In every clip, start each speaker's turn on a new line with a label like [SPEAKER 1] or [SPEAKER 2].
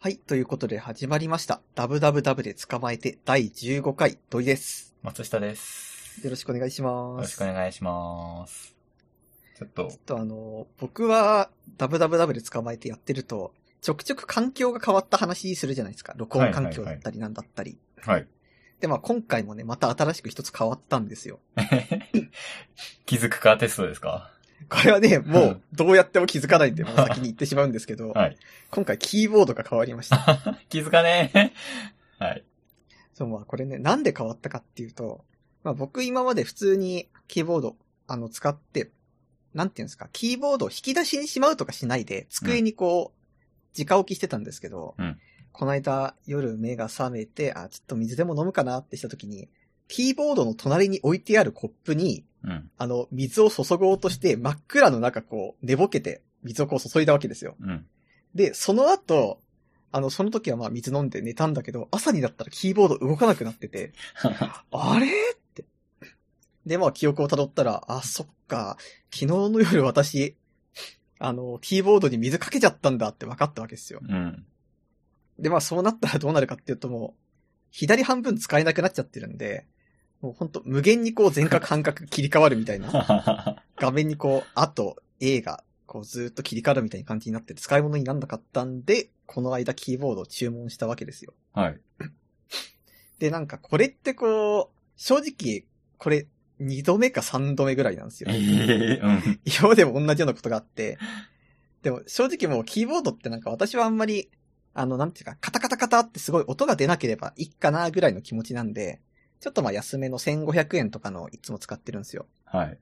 [SPEAKER 1] はい、ということで始まりました。ダブダブダブで捕まえて第15回土井です。
[SPEAKER 2] 松下です。
[SPEAKER 1] よろしくお願いします。
[SPEAKER 2] よろしくお願いします。ちょっと。
[SPEAKER 1] ちょっとあの、僕はダブダブダブで捕まえてやってると、ちょくちょく環境が変わった話するじゃないですか。録音環境だったりなんだったり。
[SPEAKER 2] はい,はい、はい。
[SPEAKER 1] で、まあ今回もね、また新しく一つ変わったんですよ。
[SPEAKER 2] 気づくかテストですか
[SPEAKER 1] これはね、もうどうやっても気づかないんで、もう先に言ってしまうんですけど、
[SPEAKER 2] はい、
[SPEAKER 1] 今回キーボードが変わりました。
[SPEAKER 2] 気づかね え。はい。
[SPEAKER 1] そう、まあこれね、なんで変わったかっていうと、まあ僕今まで普通にキーボード、あの、使って、なんていうんですか、キーボードを引き出しにしまうとかしないで、机にこう、直置きしてたんですけど、
[SPEAKER 2] うん、
[SPEAKER 1] この間夜目が覚めて、あ、ちょっと水でも飲むかなってした時に、キーボードの隣に置いてあるコップに、
[SPEAKER 2] うん、
[SPEAKER 1] あの、水を注ごうとして、真っ暗の中、こう、寝ぼけて、水をこう注いだわけですよ。
[SPEAKER 2] うん、
[SPEAKER 1] で、その後、あの、その時はまあ水飲んで寝たんだけど、朝になったらキーボード動かなくなってて、あれって。で、まあ記憶を辿ったら、あ、そっか、昨日の夜私、あの、キーボードに水かけちゃったんだって分かったわけですよ。
[SPEAKER 2] うん、
[SPEAKER 1] で、まあそうなったらどうなるかっていうともう、左半分使えなくなっちゃってるんで、もうほんと無限にこう全角半角切り替わるみたいな。画面にこう、あと A がこうずっと切り替わるみたいな感じになって使い物になんなかったんで、この間キーボードを注文したわけですよ。
[SPEAKER 2] はい。
[SPEAKER 1] で、なんかこれってこう、正直、これ2度目か3度目ぐらいなんですよ。
[SPEAKER 2] えーうん、
[SPEAKER 1] 今までも同じようなことがあって、でも正直もうキーボードってなんか私はあんまり、あの、なんていうか、カタカタカタってすごい音が出なければいいかなぐらいの気持ちなんで、ちょっとまあ安めの1500円とかのいつも使ってるんですよ。
[SPEAKER 2] はい。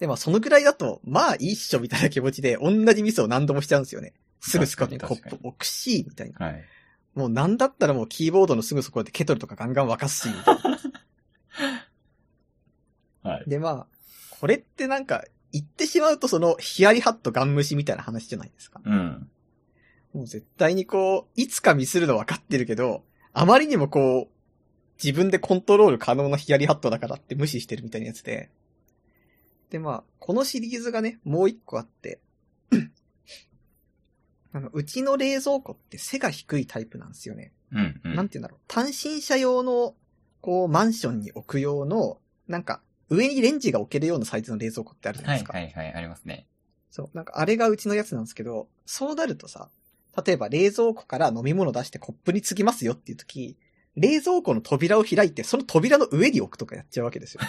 [SPEAKER 1] で、まあそのくらいだと、まあいいっしょみたいな気持ちで、同じミスを何度もしちゃうんですよね。すぐそこにコップ置くし、みたいな。
[SPEAKER 2] はい。
[SPEAKER 1] もうなんだったらもうキーボードのすぐそこでケトルとかガンガン沸かすし、みたい
[SPEAKER 2] な。はい。
[SPEAKER 1] で、まあ、これってなんか、言ってしまうとその、ヒヤリハットガン虫みたいな話じゃないですか。
[SPEAKER 2] うん。
[SPEAKER 1] もう絶対にこう、いつかミスるの分かってるけど、あまりにもこう、自分でコントロール可能なヒヤリハットだからって無視してるみたいなやつで。で、まあ、このシリーズがね、もう一個あって あの、うちの冷蔵庫って背が低いタイプなんですよね。
[SPEAKER 2] うん、うん、
[SPEAKER 1] なんて言うんだろう。単身者用の、こう、マンションに置く用の、なんか、上にレンジが置けるようなサイズの冷蔵庫ってあるじゃないですか。
[SPEAKER 2] はいはいはい、ありますね。
[SPEAKER 1] そう、なんかあれがうちのやつなんですけど、そうなるとさ、例えば冷蔵庫から飲み物出してコップに継ぎますよっていう時、冷蔵庫の扉を開いて、その扉の上に置くとかやっちゃうわけですよ。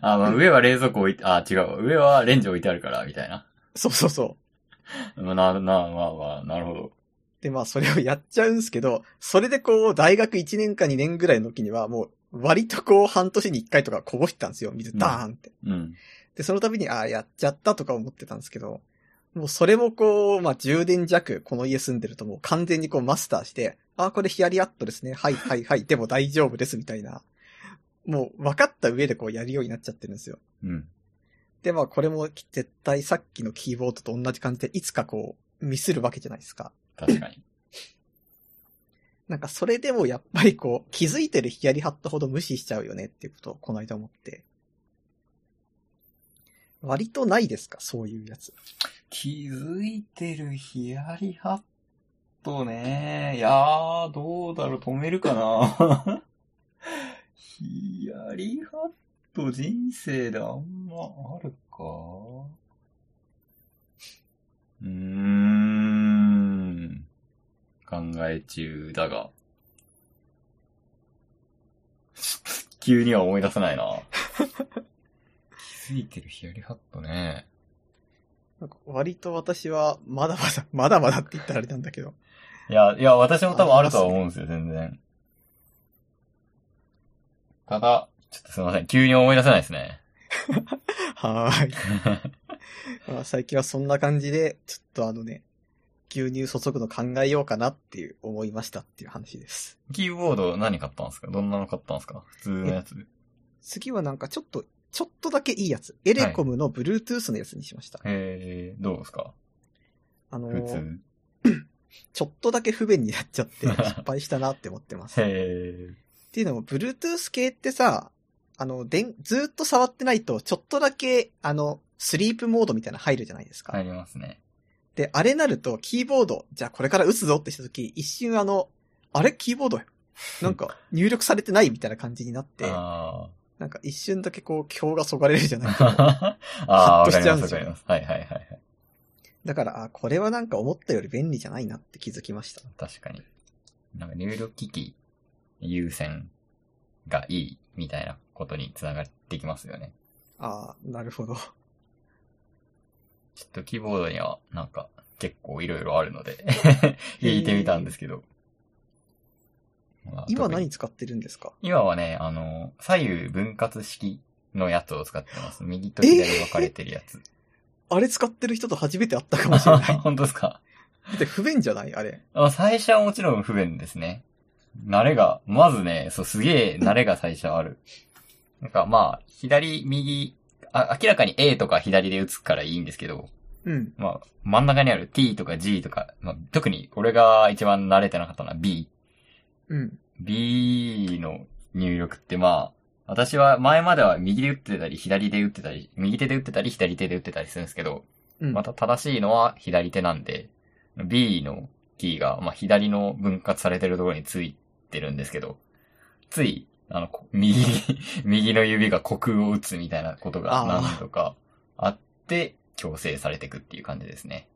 [SPEAKER 2] あ、まあ、上は冷蔵庫置いて、あ、違う。上はレンジ置いてあるから、みたいな。。
[SPEAKER 1] そうそうそう
[SPEAKER 2] な、な、まあまあ、なるほど。
[SPEAKER 1] で、まあ、それをやっちゃうんですけど、それでこう、大学1年か2年ぐらいの時には、もう、割とこう、半年に1回とかこぼしてたんですよ。水ダーンって。
[SPEAKER 2] うん。うん、
[SPEAKER 1] で、その度に、ああ、やっちゃったとか思ってたんですけど、もうそれもこう、まあ、10年弱、この家住んでるともう完全にこうマスターして、あ、これヒヤリアットですね。はいはいはい。でも大丈夫です、みたいな。もう分かった上でこうやるようになっちゃってるんですよ。
[SPEAKER 2] うん。
[SPEAKER 1] で、まあ、これも絶対さっきのキーボードと同じ感じで、いつかこう、ミスるわけじゃないですか。
[SPEAKER 2] 確かに。
[SPEAKER 1] なんかそれでもやっぱりこう、気づいてるヒヤリハットほど無視しちゃうよねっていうことをこの間思って。割とないですかそういうやつ。
[SPEAKER 2] 気づいてるヒヤリハットね。いやー、どうだろう、止めるかな。 ヒヤリハット人生であんまあるかうーん。考え中だが。 急には思い出せないな。気づいてるヒヤリハットね。
[SPEAKER 1] なんか割と私は、まだまだ、 まだまだって言ったらあれなんだけど。
[SPEAKER 2] いや、いや、私も多分あるとは思うんですよ、全然。ただ、ちょっとすいません、急に思い出せないですね。
[SPEAKER 1] はーい。まあ最近はそんな感じで、ちょっとあのね、牛乳注ぐの考えようかなっていう思いましたっていう話です。
[SPEAKER 2] キーボード何買ったんですかどんなの買ったんですか普通のやつ
[SPEAKER 1] 次はなんかちょっとちょっとだけいいやつ。エレコムの Bluetooth のやつにしました。
[SPEAKER 2] はい、えー、どうですか
[SPEAKER 1] あのー、ちょっとだけ不便になっちゃって失敗したなって思ってます。
[SPEAKER 2] へー。
[SPEAKER 1] っていうのも、Bluetooth 系ってさ、あの、でん、ずっと触ってないと、ちょっとだけ、あの、スリープモードみたいなの入るじゃないですか。
[SPEAKER 2] 入りますね。
[SPEAKER 1] で、あれなると、キーボード、じゃあこれから打つぞってした時、一瞬あの、あれキーボードなん か、入力されてないみたいな感じになって、
[SPEAKER 2] あ
[SPEAKER 1] なんか一瞬だけこう、今日がそがれるじゃ
[SPEAKER 2] ー
[SPEAKER 1] ない か。
[SPEAKER 2] あー。
[SPEAKER 1] ハッ
[SPEAKER 2] わ
[SPEAKER 1] と
[SPEAKER 2] か
[SPEAKER 1] し
[SPEAKER 2] り
[SPEAKER 1] ちゃ
[SPEAKER 2] ま
[SPEAKER 1] うんです
[SPEAKER 2] す、わか
[SPEAKER 1] よ
[SPEAKER 2] ります。はいはいはいはい。
[SPEAKER 1] だから、あ、これはなんか思ったより便利じゃないなって気づきました。
[SPEAKER 2] 確かに。なんか入力機器優先がいいみたいなことにつながってきますよね。
[SPEAKER 1] あーなるほど。
[SPEAKER 2] ちょっとキーボードにはなんか結構いろいろあるの で、 聞いてみたんですけど。まあ
[SPEAKER 1] 今
[SPEAKER 2] 特に
[SPEAKER 1] 何使ってるんですか
[SPEAKER 2] 今はね、あの、左右分割式のやつを使ってます。右と左分かれてるや つ。
[SPEAKER 1] あれ使ってる人と初めて会ったかもしれ ない。だ
[SPEAKER 2] 本当ですか
[SPEAKER 1] って不便じゃないあれ。
[SPEAKER 2] まあ、最初はもちろん不便ですね。慣れが、まずね、そう、すげえ慣れが最初ある。なんかまあ、左、右、あ、明らかに A とか左で打つからいいんですけど、
[SPEAKER 1] うん。
[SPEAKER 2] まあ、真ん中にある T とか G とか、まあ、特に俺が一番慣れてなかったのは B。
[SPEAKER 1] うん。
[SPEAKER 2] B の入力ってまあ、私は前までは右で打ってたり、左で打ってたり、右手で打ってたり、左手で打ってたりするんですけど、
[SPEAKER 1] うん。
[SPEAKER 2] また正しいのは左手なんで、B のキーが、まあ、左の分割されてるところについてるんですけど、つい、あの、こ 右に、右の指が虚空を打つみたいなことが
[SPEAKER 1] あー
[SPEAKER 2] 何度かあって、強制されていくっていう感じですね。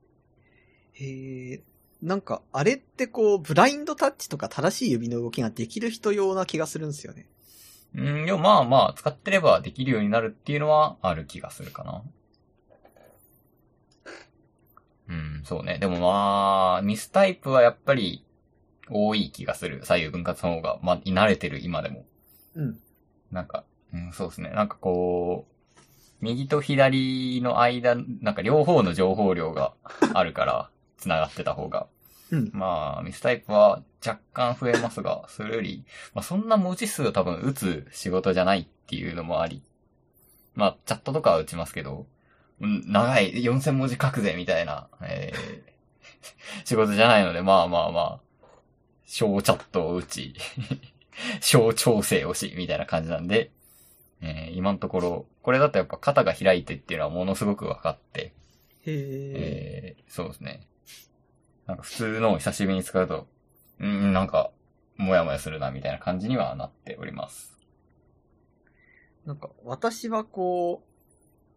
[SPEAKER 1] へーなんか、あれってこう、ブラインドタッチとか正しい指の動きができる人用な気がするんですよね。
[SPEAKER 2] うん、でもまあまあ、使ってればできるようになるっていうのはある気がするかな。うん、そうね。でもまあ、ミスタイプはやっぱり多い気がする。左右分割の方が、まあ、慣れてる今でも。
[SPEAKER 1] うん。
[SPEAKER 2] なんか、うん、そうですね。なんかこう、右と左の間、なんか両方の情報量があるから、繋がってた方が。
[SPEAKER 1] うん
[SPEAKER 2] まあ、ミスタイプは若干増えますが、それより、まあそんな文字数を多分打つ仕事じゃないっていうのもあり。まあ、チャットとかは打ちますけど、うん長い4000文字書くぜみたいな、えー 仕事じゃないので、まあまあまあ、小チャットを打ち、 小調整をし、みたいな感じなんで、えー今のところ、これだとやっぱ肩が開いてっていうのはものすごく分かって、
[SPEAKER 1] へえ。
[SPEAKER 2] えーそうですね。なんか普通の久しぶりに使うと、うん、なんか、もやもやするな、みたいな感じにはなっております。
[SPEAKER 1] なんか、私はこう、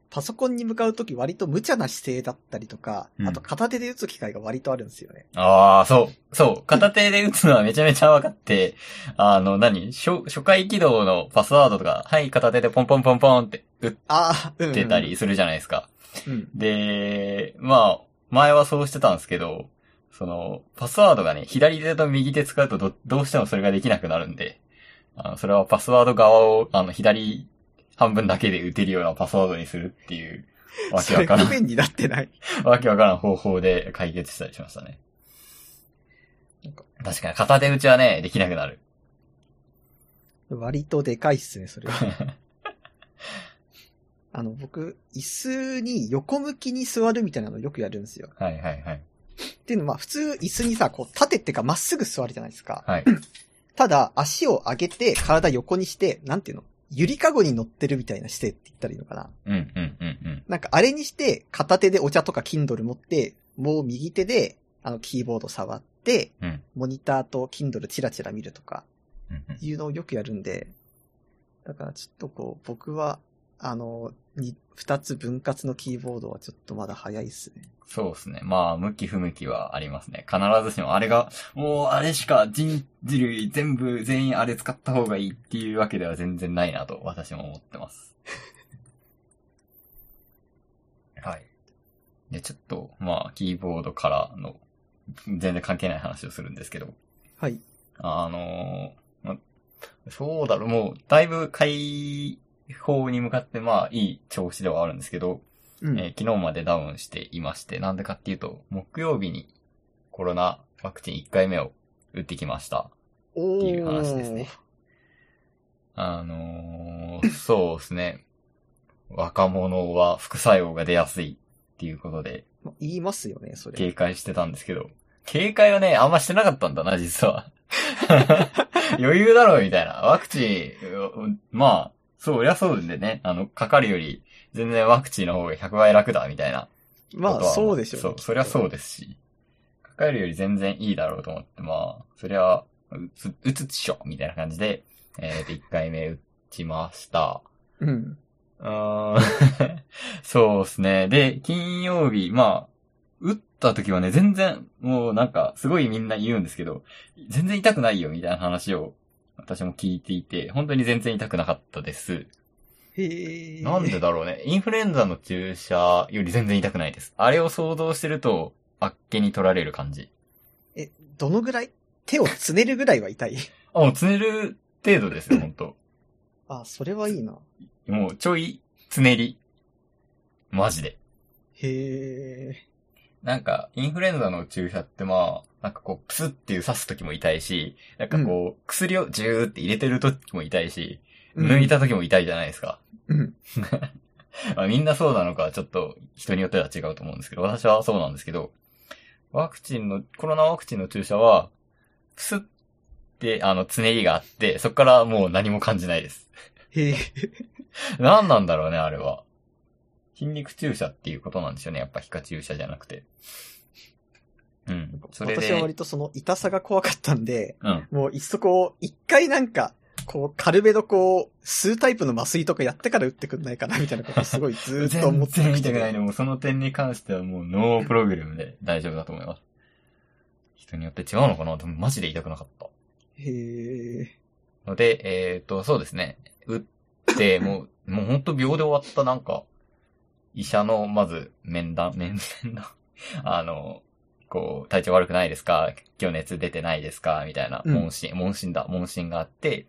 [SPEAKER 1] パソコンに向かうとき割と無茶な姿勢だったりとか、
[SPEAKER 2] うん
[SPEAKER 1] あと片手で打つ機会が割とあるんですよね。
[SPEAKER 2] ああ、そう、そう、片手で打つのはめちゃめちゃ分かって、あの、何初、初回起動のパスワードとか、はい、片手でポンポンポンポンって打っ
[SPEAKER 1] ああ、うん、うん。
[SPEAKER 2] てたりするじゃないですか。
[SPEAKER 1] うん。
[SPEAKER 2] で、まあ、前はそうしてたんですけど、その、パスワードがね、左手と右手使うとど、どうしてもそれができなくなるんで、あの、それはパスワード側を、あの、左半分だけで打てるようなパスワードにするっ ていう、わけ
[SPEAKER 1] そ
[SPEAKER 2] わ
[SPEAKER 1] れ
[SPEAKER 2] から
[SPEAKER 1] 不
[SPEAKER 2] ん、
[SPEAKER 1] 便になってない。
[SPEAKER 2] わけわからん方法で解決したりしましたね
[SPEAKER 1] なんか。
[SPEAKER 2] 確かに、片手打ちはね、できなくなる。
[SPEAKER 1] 割とでかいっすね、それは。あの、僕、椅子に横向きに座るみたいなのよくやるんですよ。
[SPEAKER 2] はいはいはい。
[SPEAKER 1] っていうのは、普通椅子にさ、こう、立てってかまっすぐ座るじゃないですか。
[SPEAKER 2] はい。
[SPEAKER 1] ただ、足を上げて、体横にして、なんていうのゆりかごに乗ってるみたいな姿勢って言ったらいいのかな
[SPEAKER 2] うんうんうんうん。
[SPEAKER 1] なんか、あれにして、片手でお茶とか Kindle 持って、もう右手で、あの、キーボード触って、
[SPEAKER 2] うん
[SPEAKER 1] モニターと Kindle チラチラ見るとか、
[SPEAKER 2] うんうん
[SPEAKER 1] いうのをよくやるんで、だからちょっとこう、僕は、あの、に二つ分割のキーボードはちょっとまだ早いっすね。
[SPEAKER 2] そうですね。まあ、向き不向きはありますね。必ずしも、あれが、もう、あれしか人類全部、全員あれ使った方がいいっていうわけでは全然ないなと、私も思ってます。 はい。で、ちょっと、まあ、キーボードからの、全然関係ない話をするんですけど、
[SPEAKER 1] はい。
[SPEAKER 2] あのーまそうだろう、もう、だいぶ解放に向かって、まあ、いい調子ではあるんですけど、
[SPEAKER 1] うん。
[SPEAKER 2] えー昨日までダウンしていまして、なんでかっていうと、木曜日にコロナワクチン1回目を打ってきました
[SPEAKER 1] お
[SPEAKER 2] って
[SPEAKER 1] ー
[SPEAKER 2] いう話ですね。あのー、そうですね。若者は副作用が出やすいっていうことで
[SPEAKER 1] ま言いますよね、それ。
[SPEAKER 2] 警戒してたんですけど、警戒はね、あんましてなかったんだな、実は。 余裕だろ、みたいな。ワクチン、まあ、そう、りゃそうでね、あの、かかるより、全然ワクチンの方が100倍楽だ、みたいな
[SPEAKER 1] まあ、そうでしょうね、
[SPEAKER 2] そう、
[SPEAKER 1] きっと
[SPEAKER 2] そりゃそうですし。書かれるより全然いいだろうと思って、まあ、そりゃ、打つ、打つっしょみたいな感じで、えーで、1回目打ちました。
[SPEAKER 1] うん。
[SPEAKER 2] うーん そうですね。で、金曜日、まあ、打った時はね、全然、もうなんか、すごいみんな言うんですけど、全然痛くないよ、みたいな話を、私も聞いていて、本当に全然痛くなかったです。
[SPEAKER 1] へえ。
[SPEAKER 2] なんでだろう ね。インフルエンザの注射より全然痛くないです。あれを想像してると、あっけに取られる感じ。
[SPEAKER 1] え、どのぐらい手をつねるぐらいは痛い。
[SPEAKER 2] あ、もう、つねる程度 ですよ、ほんと。
[SPEAKER 1] あ、それはいいな。
[SPEAKER 2] もう、ちょい、つねり。マジで。
[SPEAKER 1] へえ。
[SPEAKER 2] なんか、インフルエンザの注射ってまあ、なんかこう、プスっていう刺す時も痛いし、なんかこう、薬をジューって入れてる時も痛いし、抜いた時も痛いじゃないですか。
[SPEAKER 1] うん。
[SPEAKER 2] まあ、みんなそうなのか、ちょっと人によっては違うと思うんですけど、私はそうなんですけど、ワクチンの、コロナワクチンの注射は、プスって、あの、つねりがあって、そこからもう何も感じないです。
[SPEAKER 1] へえ。
[SPEAKER 2] 何なんだろうね、あれは。筋肉注射っていうことなんですよね。やっぱ皮下注射じゃなくて。うん。それで。
[SPEAKER 1] 私は割とその痛さが怖かったんで、
[SPEAKER 2] うん。
[SPEAKER 1] もういっそこう、一回なんか、こう、軽めのこう、吸うタイプの麻酔とかやってから打ってくんないかな、みたいなことすごいずーっと思
[SPEAKER 2] 全
[SPEAKER 1] って
[SPEAKER 2] 然
[SPEAKER 1] ま
[SPEAKER 2] 見
[SPEAKER 1] したたけ
[SPEAKER 2] く
[SPEAKER 1] ど
[SPEAKER 2] ないのもうその点に関してはもうノープログラムで大丈夫だと思います。人によって違うのかなでもマジで痛くなかった。
[SPEAKER 1] へえ。
[SPEAKER 2] ので、えっ、と、そうですね。打って、もう、もうほんと秒で終わったなんか、医者の、まず、面談、面、面談。 あの、こう、体調悪くないですか今日熱出てないですかみたいな、
[SPEAKER 1] うん
[SPEAKER 2] 問診、問診だ、問診があって、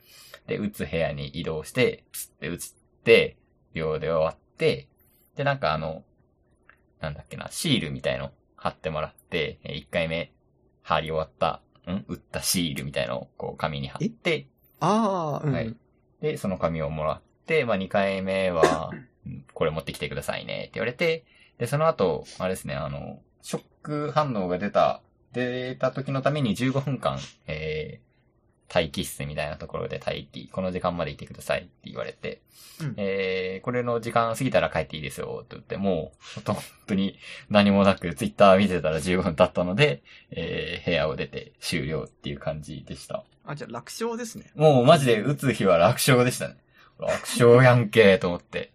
[SPEAKER 2] で、打つ部屋に移動して、つって打つって、秒で終わって、で、なんかあの、なんだっけな、シールみたいの貼ってもらって、1回目、貼り終わった、ん打ったシールみたいのを、こう、紙に貼って、
[SPEAKER 1] ああ、うん。
[SPEAKER 2] はい。で、その紙をもらって、まあ、2回目 は、うんこれ持ってきてくださいねって言われて、で、その後、あれですね、あの、ショック反応が出た、出た時のために15分間、えー、待機室みたいなところで待機、この時間までいてくださいって言われて、
[SPEAKER 1] うん
[SPEAKER 2] えー、これの時間過ぎたら帰っていいですよって言って、もう、本当に何もなく、ツイッター見てたら15分経ったので、えー、部屋を出て終了っていう感じでした。
[SPEAKER 1] あ、じゃあ楽勝ですね。
[SPEAKER 2] もうマジで打つ日は楽勝でしたね。楽勝やんけーと思って。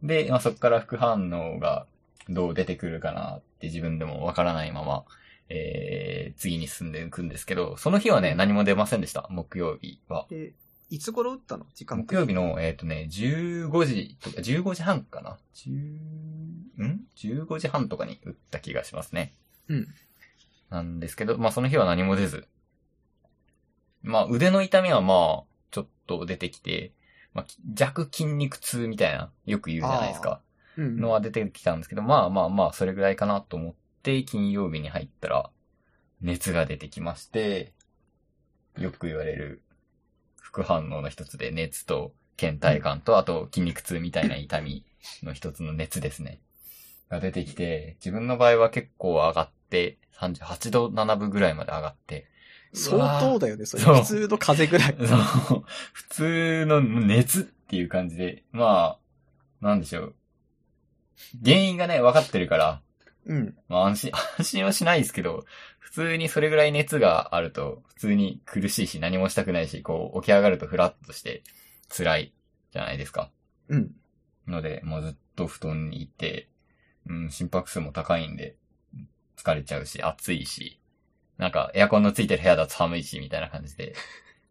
[SPEAKER 2] で、まあ、そっから副反応がどう出てくるかなって自分でもわからないまま、えー、次に進んでいくんですけど、その日はね、何も出ませんでした。木曜日は。
[SPEAKER 1] え、いつ頃打ったの時間
[SPEAKER 2] 木曜日の、えっ、とね、15時とか、15時半かな ?10、ん ?15 時半とかに打った気がしますね。
[SPEAKER 1] うん。
[SPEAKER 2] なんですけど、まあその日は何も出ず。まあ腕の痛みはまあ、ちょっと出てきて、まあき弱筋肉痛みたいな、よく言うじゃないですか。
[SPEAKER 1] うん。
[SPEAKER 2] のは出てきたんですけど、まあまあまあ、それぐらいかなと思って、金曜日に入ったら、熱が出てきまして、よく言われる副反応の一つで、熱と倦怠感と、あと筋肉痛みたいな痛みの一つの熱ですね。が出てきて、自分の場合は結構上がって、38度7分ぐらいまで上がって、
[SPEAKER 1] 相当だよね、それ。
[SPEAKER 2] そう
[SPEAKER 1] 普通の風 邪ぐらい。
[SPEAKER 2] その、普通の熱っていう感じで、まあ、なんでしょう。原因がね、分かってるから、
[SPEAKER 1] うん。
[SPEAKER 2] まあ安心、 安心はしないですけど、普通にそれぐらい熱があると、普通に苦しいし、何もしたくないし、こう、起き上がるとフラッとして、辛いじゃないですか。
[SPEAKER 1] うん。
[SPEAKER 2] ので、もうずっと布団にいて、うん、心拍数も高いんで、疲れちゃうし、暑いし、なんかエアコンのついてる部屋だと寒いし、みたいな感じ で、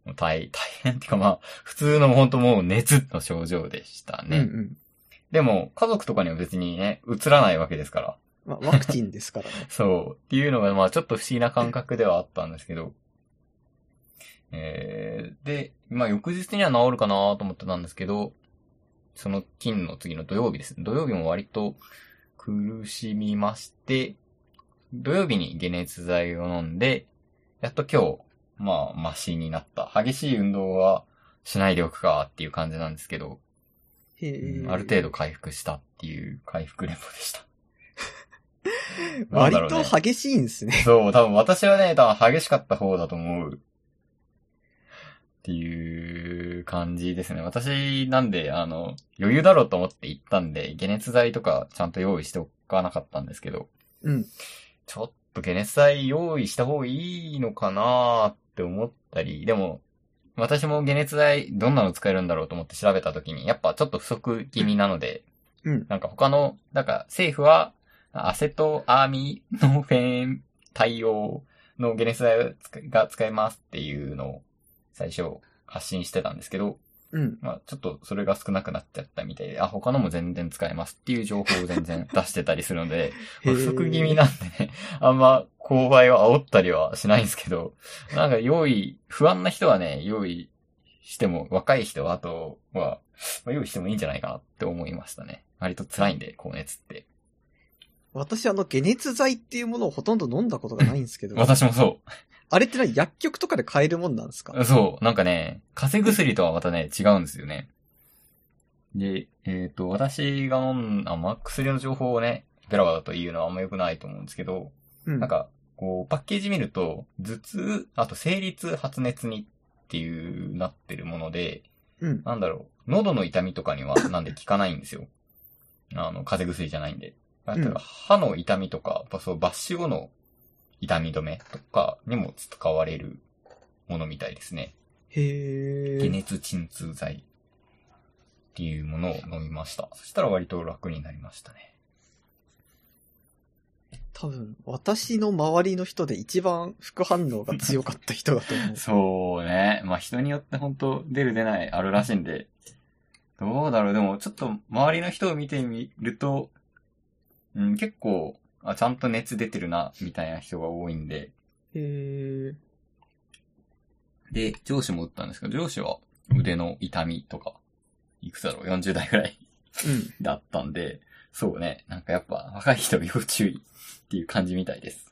[SPEAKER 2] もう大、大変っていうかまあ、普通の本当もう熱の症状でした
[SPEAKER 1] うんう
[SPEAKER 2] ね。
[SPEAKER 1] ん。
[SPEAKER 2] でも、家族とかには別にね、映らないわけですから。。
[SPEAKER 1] まあ、ワクチンですからね
[SPEAKER 2] そう。っていうのが、まあ、ちょっと不思議な感覚ではあったんですけど。えー、で、まあ、翌日には治るかなと思ってたんですけど、その金の次の土曜日ですね。土曜日も割と苦しみまして、土曜日に解熱剤を飲んで、やっと今日、まあ、マシになった。激しい運動はしないでおくかっていう感じなんですけど、
[SPEAKER 1] へえ
[SPEAKER 2] うんある程度回復したっていう回復レポで した。なん
[SPEAKER 1] 割
[SPEAKER 2] だろうね
[SPEAKER 1] と激しいんですね。
[SPEAKER 2] そう、多分私はね、多分激しかった方だと思う。っていう感じですね。私、なんで、あの、余裕だろうと思って行ったんで、解熱剤とかちゃんと用意しておかなかったんですけど、
[SPEAKER 1] うん。
[SPEAKER 2] ちょっと解熱剤用意した方がいいのかなーって思ったり、でも、私も解熱剤どんなの使えるんだろうと思って調べたときに、やっぱちょっと不足気味なので、
[SPEAKER 1] うん。
[SPEAKER 2] なんか他の、なんか政府は、アセトアーミノフェン対応の解熱剤が使えますっていうのを最初発信してたんですけど、
[SPEAKER 1] うん。
[SPEAKER 2] まあちょっとそれが少なくなっちゃったみたいで、あ、他のも全然使えますっていう情報を全然出してたりするので、まあ不足気味なんでね、 あんま購買は煽ったりはしないんですけど、なんか用意、不安な人はね、用意しても、若い人は、あとは、まあ用意してもいいんじゃないかなって思いましたね。割と辛いんで、高熱って。
[SPEAKER 1] 私あの、解熱剤っていうものをほとんど飲んだことがないんですけど、
[SPEAKER 2] 私もそ
[SPEAKER 1] あれってのは薬局とかで買えるもんなんですか
[SPEAKER 2] う。そう。なんかね、風邪薬とはまたね、違うんですよね。で、えっ、と、私が飲んだ、まあ、薬の情報をね、ベラベラと言うのはあんま良くないと思うんですけど、
[SPEAKER 1] うん。
[SPEAKER 2] なんか、こう、パッケージ見ると、頭痛、あと生理痛、発熱にっていう、なってるもので、
[SPEAKER 1] うん。
[SPEAKER 2] なんだろう、喉の痛みとかには、なんで効かないんですよ。あの、風邪薬じゃないんで。だか
[SPEAKER 1] うん
[SPEAKER 2] ら歯の痛みとか、やっぱそう、抜歯後の痛み止めとかにも使われるものみたいですね。
[SPEAKER 1] へ
[SPEAKER 2] 解
[SPEAKER 1] え。
[SPEAKER 2] 熱鎮痛剤っていうものを飲みました。そしたら割と楽になりましたね。
[SPEAKER 1] 多分、私の周りの人で一番副反応が強かった人だと思う。
[SPEAKER 2] そうね。まあ人によって本当出る出ないあるらしいんで。どうだろう。でもちょっと周りの人を見てみると、うん、結構、あ、ちゃんと熱出てるな、みたいな人が多いんで。
[SPEAKER 1] へえ。
[SPEAKER 2] で、上司も打ったんですけど、上司は腕の痛みとか、いくつだろう ?40 代ぐらい
[SPEAKER 1] うん。
[SPEAKER 2] だったんで、そうね。なんかやっぱ若い人要注意っていう感じみたいです。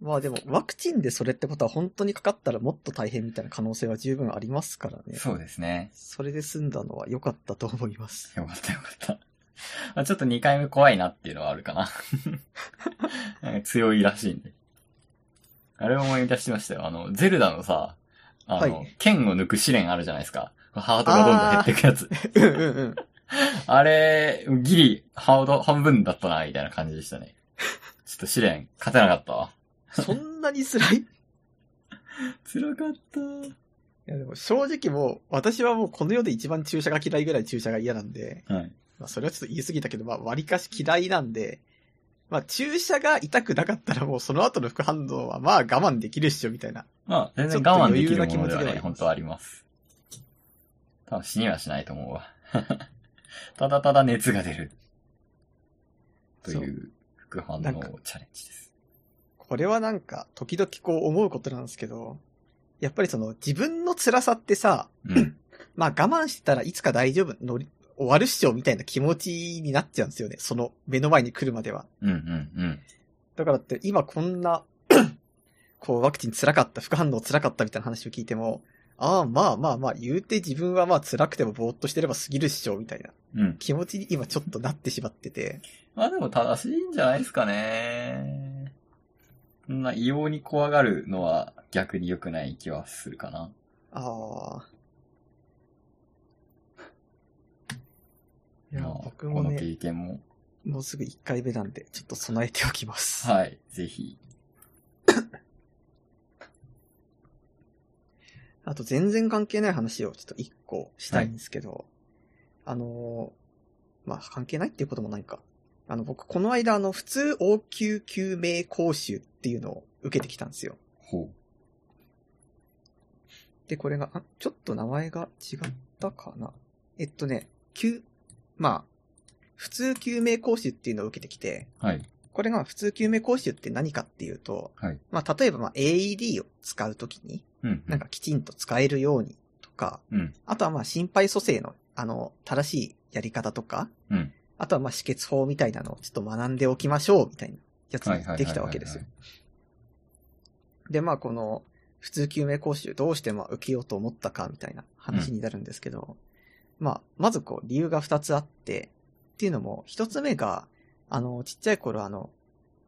[SPEAKER 1] まあでも、ワクチンでそれってことは本当にかかったらもっと大変みたいな可能性は十分ありますからね。
[SPEAKER 2] そうですね。
[SPEAKER 1] それで済んだのは良かったと思います。
[SPEAKER 2] よかったよかった。 あちょっと2回目怖いなっていうのはあるかな。なんか 強いらしいんで。あれを思い出しましたよ。あの、ゼルダのさ、あの、
[SPEAKER 1] は
[SPEAKER 2] 剣を抜く試練あるじゃないですか。ハートがどんどん減っていくやつ。
[SPEAKER 1] うんうんうん。
[SPEAKER 2] あれ、ギリ、ハート半分だったな、みたいな感じでしたね。ちょっと試練、勝てなかったわ。
[SPEAKER 1] そんなに辛いい
[SPEAKER 2] 辛かった。
[SPEAKER 1] やでも正直もう、私はもうこの世で一番注射が嫌いぐらい注射が嫌なんで、
[SPEAKER 2] はい。
[SPEAKER 1] まあそれはちょっと言い過ぎたけど、まあ割かし嫌いなんで、まあ注射が痛くなかったらもうその後の副反応はまあ我慢できるっしょみたいな。
[SPEAKER 2] まあ、全然
[SPEAKER 1] ちょっと
[SPEAKER 2] 我慢
[SPEAKER 1] 余
[SPEAKER 2] で
[SPEAKER 1] 裕
[SPEAKER 2] きる
[SPEAKER 1] な
[SPEAKER 2] も
[SPEAKER 1] 気持
[SPEAKER 2] の
[SPEAKER 1] ち
[SPEAKER 2] で
[SPEAKER 1] ではあります
[SPEAKER 2] はね、本当はあります。多分死にはしないと思うわ。 ただただ熱が出る。と
[SPEAKER 1] そう
[SPEAKER 2] いう副反応
[SPEAKER 1] なんか
[SPEAKER 2] チャレンジです。
[SPEAKER 1] これはなんか時々こう思うことなんですけど、やっぱりその自分の辛さってさ、
[SPEAKER 2] うん。
[SPEAKER 1] まあ我慢してたらいつか大丈夫乗り、終わるっしょみたいな気持ちになっちゃうんですよね。その目の前に来るまでは。
[SPEAKER 2] うんうんうん。
[SPEAKER 1] だからって今こんな、 こうワクチン辛かった、副反応辛かったみたいな話を聞いても、ああ、まあまあまあ、言うて自分はまあ辛くてもぼーっとしてれば過ぎるっしょ、みたいな
[SPEAKER 2] うん。
[SPEAKER 1] 気持ちに今ちょっとなってしまってて。
[SPEAKER 2] まあでも正しいんじゃないですかね。そんな異様に怖がるのは逆に良くない気はするかな。
[SPEAKER 1] ああ。いや、
[SPEAKER 2] まあ
[SPEAKER 1] 僕
[SPEAKER 2] こ
[SPEAKER 1] も
[SPEAKER 2] の
[SPEAKER 1] ね、
[SPEAKER 2] 経験も。
[SPEAKER 1] もうすぐ1回目なんで、ちょっと備えておきます。
[SPEAKER 2] はい、ぜひ。
[SPEAKER 1] あと全然関係ない話をちょっと一個したいんですけど、あのー、まあ、関係ないっていうこともないか。あの、僕、この間、あの、普通応急救命講習っていうのを受けてきたんですよ。
[SPEAKER 2] ほ
[SPEAKER 1] で、これが、あ、ちょっと名前が違ったかな。えっとね、救、まあ、普通救命講習っていうのを受けてきて、
[SPEAKER 2] う。はい。
[SPEAKER 1] これが普通救命講習って何かっていうと、
[SPEAKER 2] はい
[SPEAKER 1] まあ、例えば、まあ、AED を使うときに、
[SPEAKER 2] うん。
[SPEAKER 1] なんかきちんと使えるようにとか、
[SPEAKER 2] うん
[SPEAKER 1] あとはまあ心肺蘇生の、あの、正しいやり方とか、
[SPEAKER 2] うん
[SPEAKER 1] あとはまあ止血法みたいなのをちょっと学んでおきましょうみたいなやつ
[SPEAKER 2] はいはい
[SPEAKER 1] に
[SPEAKER 2] はいはいはい
[SPEAKER 1] できたわけですよ。で、まあこの、普通救命講習どうしてまあ受けようと思ったかみたいな話になるんですけど、まあ、まずこう理由が二つあって、っていうのも、一つ目が、あの、ちっちゃい頃あの、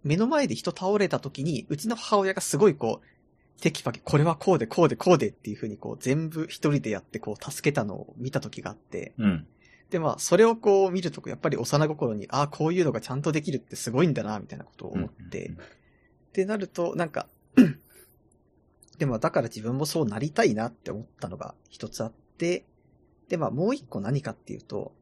[SPEAKER 1] 目の前で人倒れた時に、うちの母親がすごいこう、テキパキ、これはこうでこうでこうでっていう風にこう全部一人でやってこう助けたのを見た時があって、
[SPEAKER 2] うん。
[SPEAKER 1] で、まあ、それをこう見ると、やっぱり幼心に、ああ、こういうのがちゃんとできるってすごいんだな、みたいなことを思って、
[SPEAKER 2] うんうん
[SPEAKER 1] ってなると、なんか、 でもだから自分もそうなりたいなって思ったのが一つあって、で、まあもう一個何かっていうと、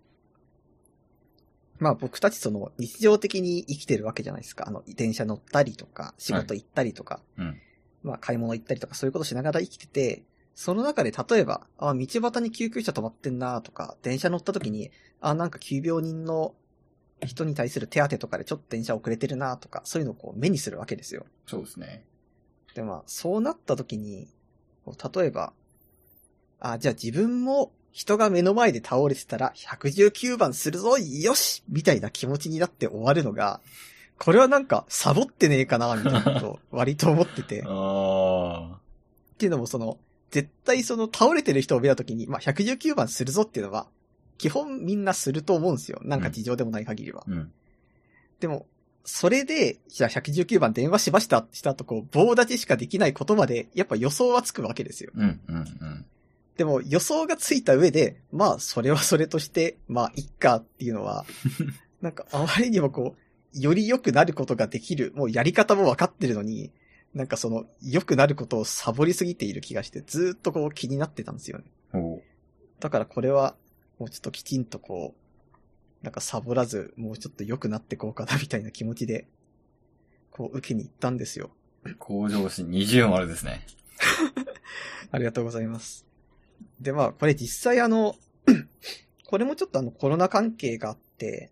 [SPEAKER 1] まあ僕たちその日常的に生きてるわけじゃないですか。あの、電車乗ったりとか、仕事行ったりとか、
[SPEAKER 2] うん
[SPEAKER 1] まあ買い物行ったりとかそういうことしながら生きてて、その中で例えば、あ、道端に救急車止まってんなとか、電車乗った時に、あ、なんか急病人の人に対する手当とかでちょっと電車遅れてるなとか、そういうのをこう目にするわけですよ。
[SPEAKER 2] そうですね。
[SPEAKER 1] で、まあ、そうなった時に、こう例えば、あ、じゃあ自分も人が目の前で倒れてたら、119番するぞよしみたいな気持ちになって終わるのが、これはなんか、サボってねえかなみたいなこと を割と思ってて。っ
[SPEAKER 2] あ
[SPEAKER 1] ていうのもその、絶対その倒れてる人を見た時に、まあ、119番するぞっていうのは、基本みんなすると思うんですよ。なんか事情でもない限りは。
[SPEAKER 2] あ。うん。
[SPEAKER 1] でも、それで、じゃあ119番電話しましたってした後、こう、棒立ちしかできないことまで、やっぱ予想はつくわけですよ。
[SPEAKER 2] うん、うん、うん。
[SPEAKER 1] でも予想がついた上で、まあ、それはそれとして、まあ、いっかっていうのは、なんかあまりにもこう、より良くなることができる、もうやり方も分かってるのに、なんかその、良くなることをサボりすぎている気がして、ずーっとこう気になってたんですよね。
[SPEAKER 2] おう
[SPEAKER 1] だからこれは、もうちょっときちんとこう、なんかサボらず、もうちょっと良くなってこうかなみたいな気持ちで、こう受けに行ったんですよ。
[SPEAKER 2] 向上心20丸ですね。
[SPEAKER 1] ありがとうございます。で、まあ、これ実際あの、 これもちょっとあのコロナ関係があって、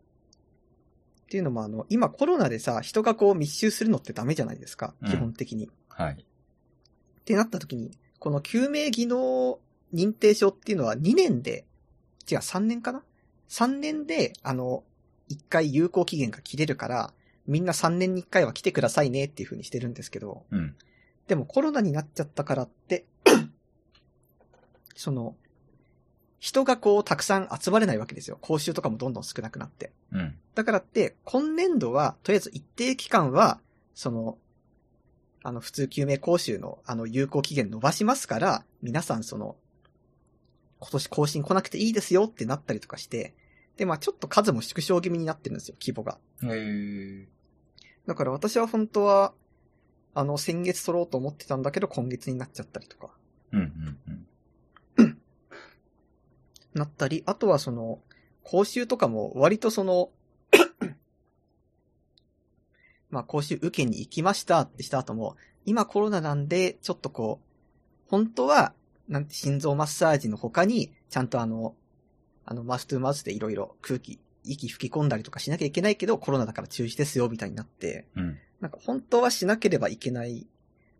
[SPEAKER 1] っていうのもあの、今コロナでさ、人がこう密集するのってダメじゃないですか、
[SPEAKER 2] うん
[SPEAKER 1] 基本的に。
[SPEAKER 2] はい。
[SPEAKER 1] ってなった時に、この救命技能認定証っていうのは2年で、違う、3年かな ?3 年で、あの、1回有効期限が切れるから、みんな3年に1回は来てくださいねっていう風にしてるんですけど、
[SPEAKER 2] うん。
[SPEAKER 1] でもコロナになっちゃったからって、その、人がこうたくさん集まれないわけですよ。講習とかもどんどん少なくなって。
[SPEAKER 2] うん。
[SPEAKER 1] だからって、今年度は、とりあえず一定期間は、その、あの、普通救命講習の、あの、有効期限伸ばしますから、皆さん、その、今年更新来なくていいですよってなったりとかして、で、まあちょっと数も縮小気味になってるんですよ、規模が。
[SPEAKER 2] へえ。
[SPEAKER 1] だから私は本当は、あの、先月取ろうと思ってたんだけど、今月になっちゃったりとか。
[SPEAKER 2] うん、うん、うん。
[SPEAKER 1] なったり、あとはその、講習とかも割とその、 まあ講習受けに行きましたってした後も、今コロナなんで、ちょっとこう、本当は、なんて心臓マッサージの他に、ちゃんとあの、あの、マウストゥーマウスでいろいろ空気、息吹き込んだりとかしなきゃいけないけど、コロナだから中止ですよ、みたいになって、
[SPEAKER 2] うん。
[SPEAKER 1] なんか本当はしなければいけない、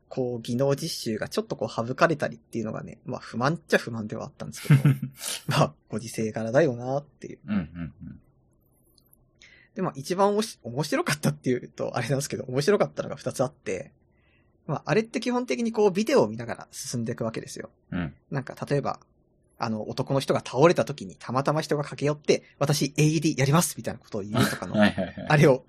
[SPEAKER 1] こう、技能実習がちょっとこう省かれたりっていうのがね、まあ不満っちゃ不満ではあったんですけど、 まあ、ご時世柄だよなっていう。
[SPEAKER 2] うん、うん、うん。
[SPEAKER 1] で、まあ、一番おし面白かったっていうと、あれなんですけど、面白かったのが二つあって、まあ、あれって基本的にこう、ビデオを見ながら進んでいくわけですよ。
[SPEAKER 2] うん。
[SPEAKER 1] なんか、例えば、あの、男の人が倒れた時に、たまたま人が駆け寄って、私、AED やりますみたいなことを言うとかの、
[SPEAKER 2] はい、はい、はい。
[SPEAKER 1] あれを、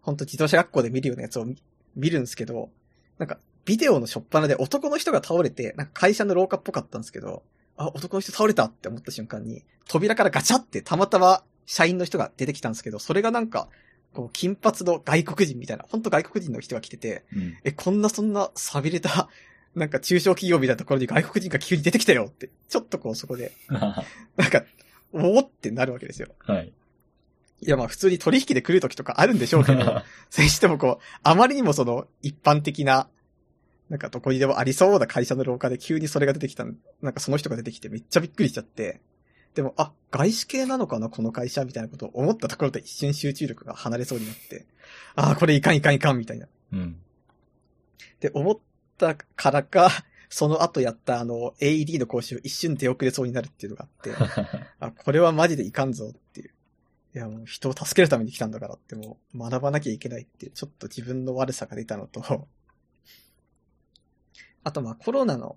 [SPEAKER 1] ほんと自動車学校で見るようなやつを見見るんですけど、なんか、ビデオの初っ端で男の人が倒れて、なんか会社の廊下っぽかったんですけど、あ、男の人倒れたって思った瞬間に、扉からガチャってたまたま社員の人が出てきたんですけど、それがなんか、こう、金髪の外国人みたいな、ほんと外国人の人が来てて、
[SPEAKER 2] うん。
[SPEAKER 1] え、こんなそんな寂れた、なんか中小企業みたいなところに外国人が急に出てきたよって、ちょっとこうそこで、
[SPEAKER 2] は
[SPEAKER 1] なんか、おおってなるわけですよ。
[SPEAKER 2] い。
[SPEAKER 1] いやまあ普通に取引で来る時とかあるんでしょうけど、それにしてもこう、あまりにもその一般的な、なんかどこにでもありそうな会社の廊下で急にそれが出てきたん、なんかその人が出てきてめっちゃびっくりしちゃって、でも、あ、外資系なのかなこの会社みたいなことを思ったところで一瞬集中力が離れそうになって、ああ、これいかんいかんいかんみたいな。
[SPEAKER 2] うん。
[SPEAKER 1] で、思ったからか、その後やったあの、AED の講習一瞬出遅れそうになるっていうのがあって、あ、これはマジでいかんぞっていう。いや、もう人を助けるために来たんだからって、もう学ばなきゃいけないっていう、ちょっと自分の悪さが出たのと、 あとまあコロナの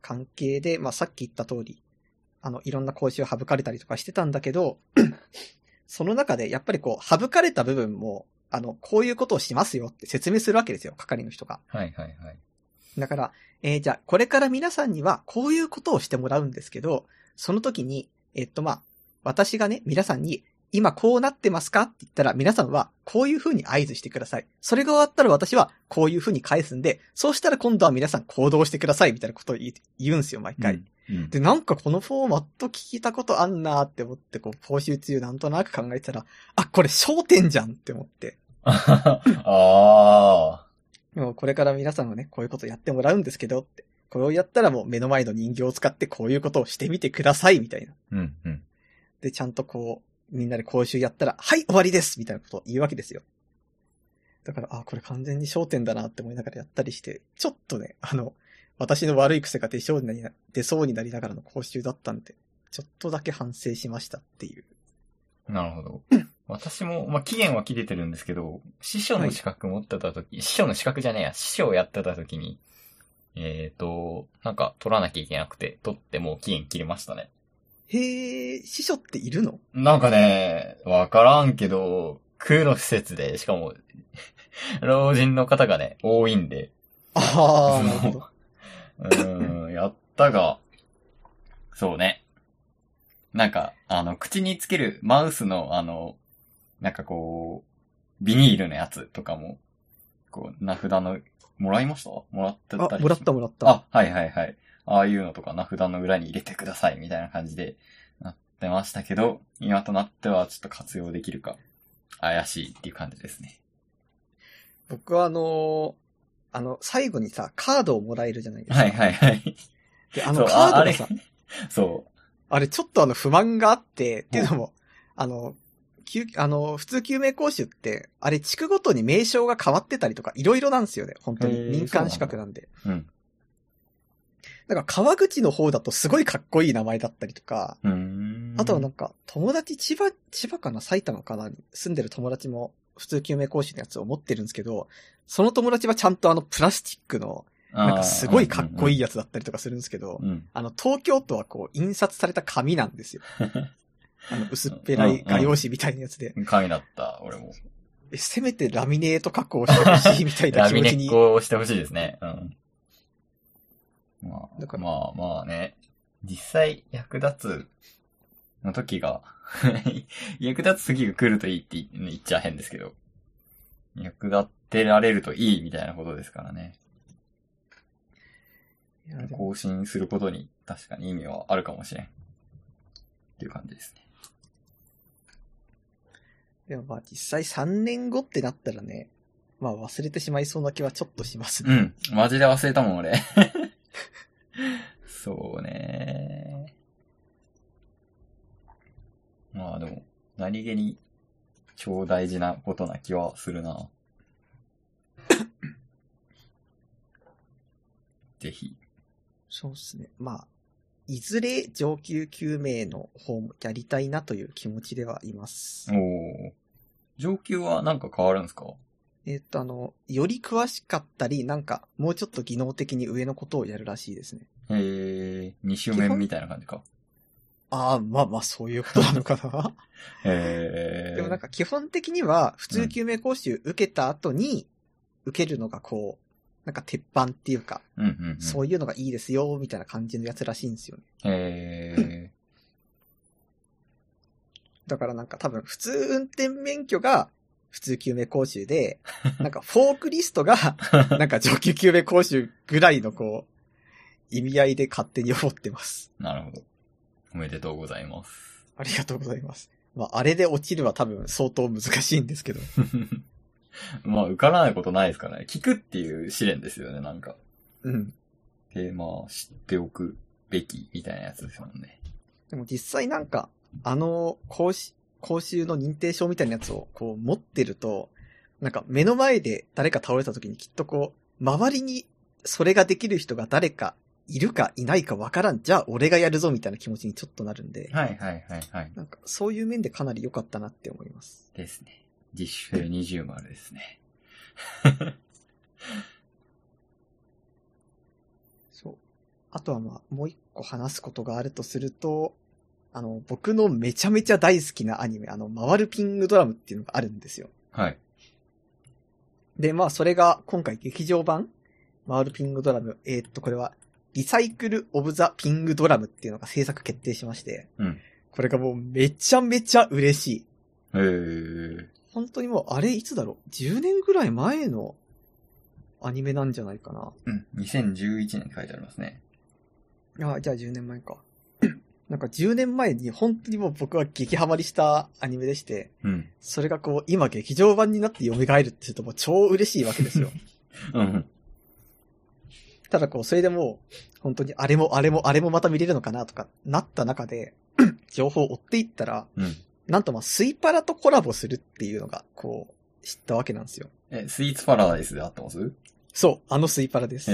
[SPEAKER 1] 関係で、まあさっき言った通り、あの、いろんな講習を省かれたりとかしてたんだけど、 その中でやっぱりこう、省かれた部分も、あの、こういうことをしますよって説明するわけですよ、係の人が。
[SPEAKER 2] はい、はい、はい。
[SPEAKER 1] だから、えーじゃあ、これから皆さんにはこういうことをしてもらうんですけど、その時に、えっと、まあ、私がね、皆さんに、今こうなってますかって言ったら、皆さんはこういう風に合図してください。それが終わったら私はこういう風に返すんで、そうしたら今度は皆さん行動してくださいみたいなことを言い言うんですよ、毎回。
[SPEAKER 2] うん。
[SPEAKER 1] で、なんかこのフォーマット聞いたことあんなーって思って、こう、講習中なんとなく考えてたら、あ、これ焦点じゃんって思って。
[SPEAKER 2] ああ
[SPEAKER 1] でもこれから皆さんはね、こういうことやってもらうんですけどって。これをやったらもう目の前の人形を使ってこういうことをしてみてくださいみたいな。
[SPEAKER 2] ー。うん、うん。
[SPEAKER 1] で、ちゃんとこう、みんなで講習やったら、はい、終わりですみたいなことを言うわけですよ。だから、あ、これ完全に焦点だなって思いながらやったりして、ちょっとね、あの、私の悪い癖が出そうになりな出そうになりながらの講習だったんで、ちょっとだけ反省しましたっていう。
[SPEAKER 2] なるほ ど。私も、まあ、期限は切れてるんですけど、師匠の資格持ってた時、師匠の資格じゃねえや、師匠をやってた時に、えっ、と、なんか取らなきゃいけなくて、取ってもう期限切れましたね。
[SPEAKER 1] へえ、師匠っているの
[SPEAKER 2] なんかね、わからんけど、区の施設で、しかも、 老人の方がね、多いんで、
[SPEAKER 1] ああ、なるほど。
[SPEAKER 2] うーん、やったが、そうね。なんか、あの、口につけるマウスの、あの、なんかこう、ビニールのやつとかも、こう、名札の、もらいましたもらってた
[SPEAKER 1] あ、
[SPEAKER 2] り
[SPEAKER 1] もらっ
[SPEAKER 2] した
[SPEAKER 1] もらった。
[SPEAKER 2] あ、はいはいはい。ああいうのとか名札の裏に入れてくださいみたいな感じでなってましたけど、今となってはちょっと活用できるか、怪しいっていう感じですね。
[SPEAKER 1] 僕はあのーあの、最後にさ、カードをもらえるじゃないですか。
[SPEAKER 2] はいはいはい。
[SPEAKER 1] で、あ
[SPEAKER 2] そ
[SPEAKER 1] の、
[SPEAKER 2] う
[SPEAKER 1] カード
[SPEAKER 2] れ
[SPEAKER 1] がさ、
[SPEAKER 2] そ
[SPEAKER 1] あれちょっとあの不満があって、っていうのも、あの、救あの、普通救命講習って、あれ地区ごとに名称が変わってたりとか、いろいろなんですよね、本当
[SPEAKER 2] へ
[SPEAKER 1] に。
[SPEAKER 2] ー
[SPEAKER 1] 民間資格なんで。
[SPEAKER 2] う。うん。
[SPEAKER 1] だから川口の方だとすごいかっこいい名前だったりとか、
[SPEAKER 2] うーん。
[SPEAKER 1] あとはなんか、友達、千葉、千葉かな埼玉かなに住んでる友達も、普通救命講師のやつを持ってるんですけど、その友達はちゃんとあの、プラスチックの、
[SPEAKER 2] あー、
[SPEAKER 1] なんかすごいかっこいい
[SPEAKER 2] や
[SPEAKER 1] やつだったりとかするんですけど、
[SPEAKER 2] うん。
[SPEAKER 1] あの、東京都はこう、印刷された紙なんです よ。あの、薄っぺらい画用紙みたいなやつで、
[SPEAKER 2] 神だった、俺も。
[SPEAKER 1] えせめてラミネート加工してほしいみたいな
[SPEAKER 2] ラ
[SPEAKER 1] 気
[SPEAKER 2] ミ
[SPEAKER 1] 持
[SPEAKER 2] ネ
[SPEAKER 1] ち
[SPEAKER 2] ッ
[SPEAKER 1] に。
[SPEAKER 2] コをしてほしいですね。うん。ま
[SPEAKER 1] だか
[SPEAKER 2] あ、
[SPEAKER 1] ら
[SPEAKER 2] まあまあね。実際、役立つの時が、 役立つ時が来るといいって言っちゃ変ですけど、役立ってられるといいみたいなことですからね。
[SPEAKER 1] いやでも
[SPEAKER 2] 更新することに確かに意味はあるかもしれん。っていう感じですね。
[SPEAKER 1] でもまあ実際3年後ってなったらね、まあ忘れてしまいそうな気はちょっとしますね。
[SPEAKER 2] うん。マジで忘れたもん、俺。 そうね。まあでも、何気に、超大事なことな気はす るな。ぜひ。
[SPEAKER 1] そうですね。まあ、いずれ上級救命の方もやりたいなという気持ちではいます
[SPEAKER 2] お。お。上級はなんか変わるんですか
[SPEAKER 1] えっと、あの、より詳しかったり、なんか、もうちょっと技能的に上のことをやるらしいですね。
[SPEAKER 2] へえ、二周目みたいな感じか。
[SPEAKER 1] ああ、まあまあ、そういうことなのか な。
[SPEAKER 2] へえ。
[SPEAKER 1] でもなんか基本的には普通救命講習受けた後に受けるのがこう、なんか鉄板っていうか、
[SPEAKER 2] うんうん、うん。
[SPEAKER 1] そういうのがいいですよ、みたいな感じのやつらしいんですよね。
[SPEAKER 2] へえ。
[SPEAKER 1] だからなんか多分普通運転免許が普通救命講習 で、なんかフォークリストがなんか上級救命講習ぐらいのこう、意味合いで勝手に思ってます。
[SPEAKER 2] なるほど。おめでとうございます。
[SPEAKER 1] ありがとうございます。まあ、あれで落ちるは多分相当難しいんですけど。
[SPEAKER 2] まあ、受からないことないですからね。聞くっていう試練ですよね、なんか。
[SPEAKER 1] うん。
[SPEAKER 2] で、まあ、知っておくべきみたいなやつですもんね。
[SPEAKER 1] でも実際なんか、あの、講習、講習の認定証みたいなやつをこう持ってると、なんか目の前で誰か倒れた時にきっとこう、周りにそれができる人が誰かいるかいないかわからん、じゃあ俺がやるぞみたいな気持ちにちょっとなるんで、
[SPEAKER 2] はいはいはいはい。
[SPEAKER 1] なんかそういう面でかなり良かったなって思います。
[SPEAKER 2] ですね。実習20丸ですね。
[SPEAKER 1] そう。あとはまあ、もう一個話すことがあるとすると、あの、僕のめちゃめちゃ大好きなアニメ、あの、回るピングドラムっていうのがあるんですよ。
[SPEAKER 2] はい。
[SPEAKER 1] で、まあ、それが今回劇場版、マールピングドラム、えーっと、これは、リサイクル・オブ・ザ・ピングドラムっていうのが制作決定しまして、
[SPEAKER 2] うん
[SPEAKER 1] これがもうめちゃめちゃ嬉しい。
[SPEAKER 2] へえ。
[SPEAKER 1] 本当にもう、あれいつだろう ?10 年ぐらい前のアニメなんじゃないかな。
[SPEAKER 2] うん、2011年って書いてありますね。
[SPEAKER 1] あ、じゃあ10年前か。 なんか10年前に本当にもう僕は激ハマりしたアニメでして、
[SPEAKER 2] うん。
[SPEAKER 1] それがこう今劇場版になって蘇るってするともう超嬉しいわけですよ。
[SPEAKER 2] うん。
[SPEAKER 1] ただこうそれでもう本当にあれもあれもあれもまた見れるのかなとかなった中で、 情報を追っていったら、
[SPEAKER 2] うん。
[SPEAKER 1] なんとまあスイパラとコラボするっていうのがこう知ったわけなんですよ。
[SPEAKER 2] え、スイーツパラダイスで合ってます
[SPEAKER 1] そう、あのスイパラで
[SPEAKER 2] へ
[SPEAKER 1] す。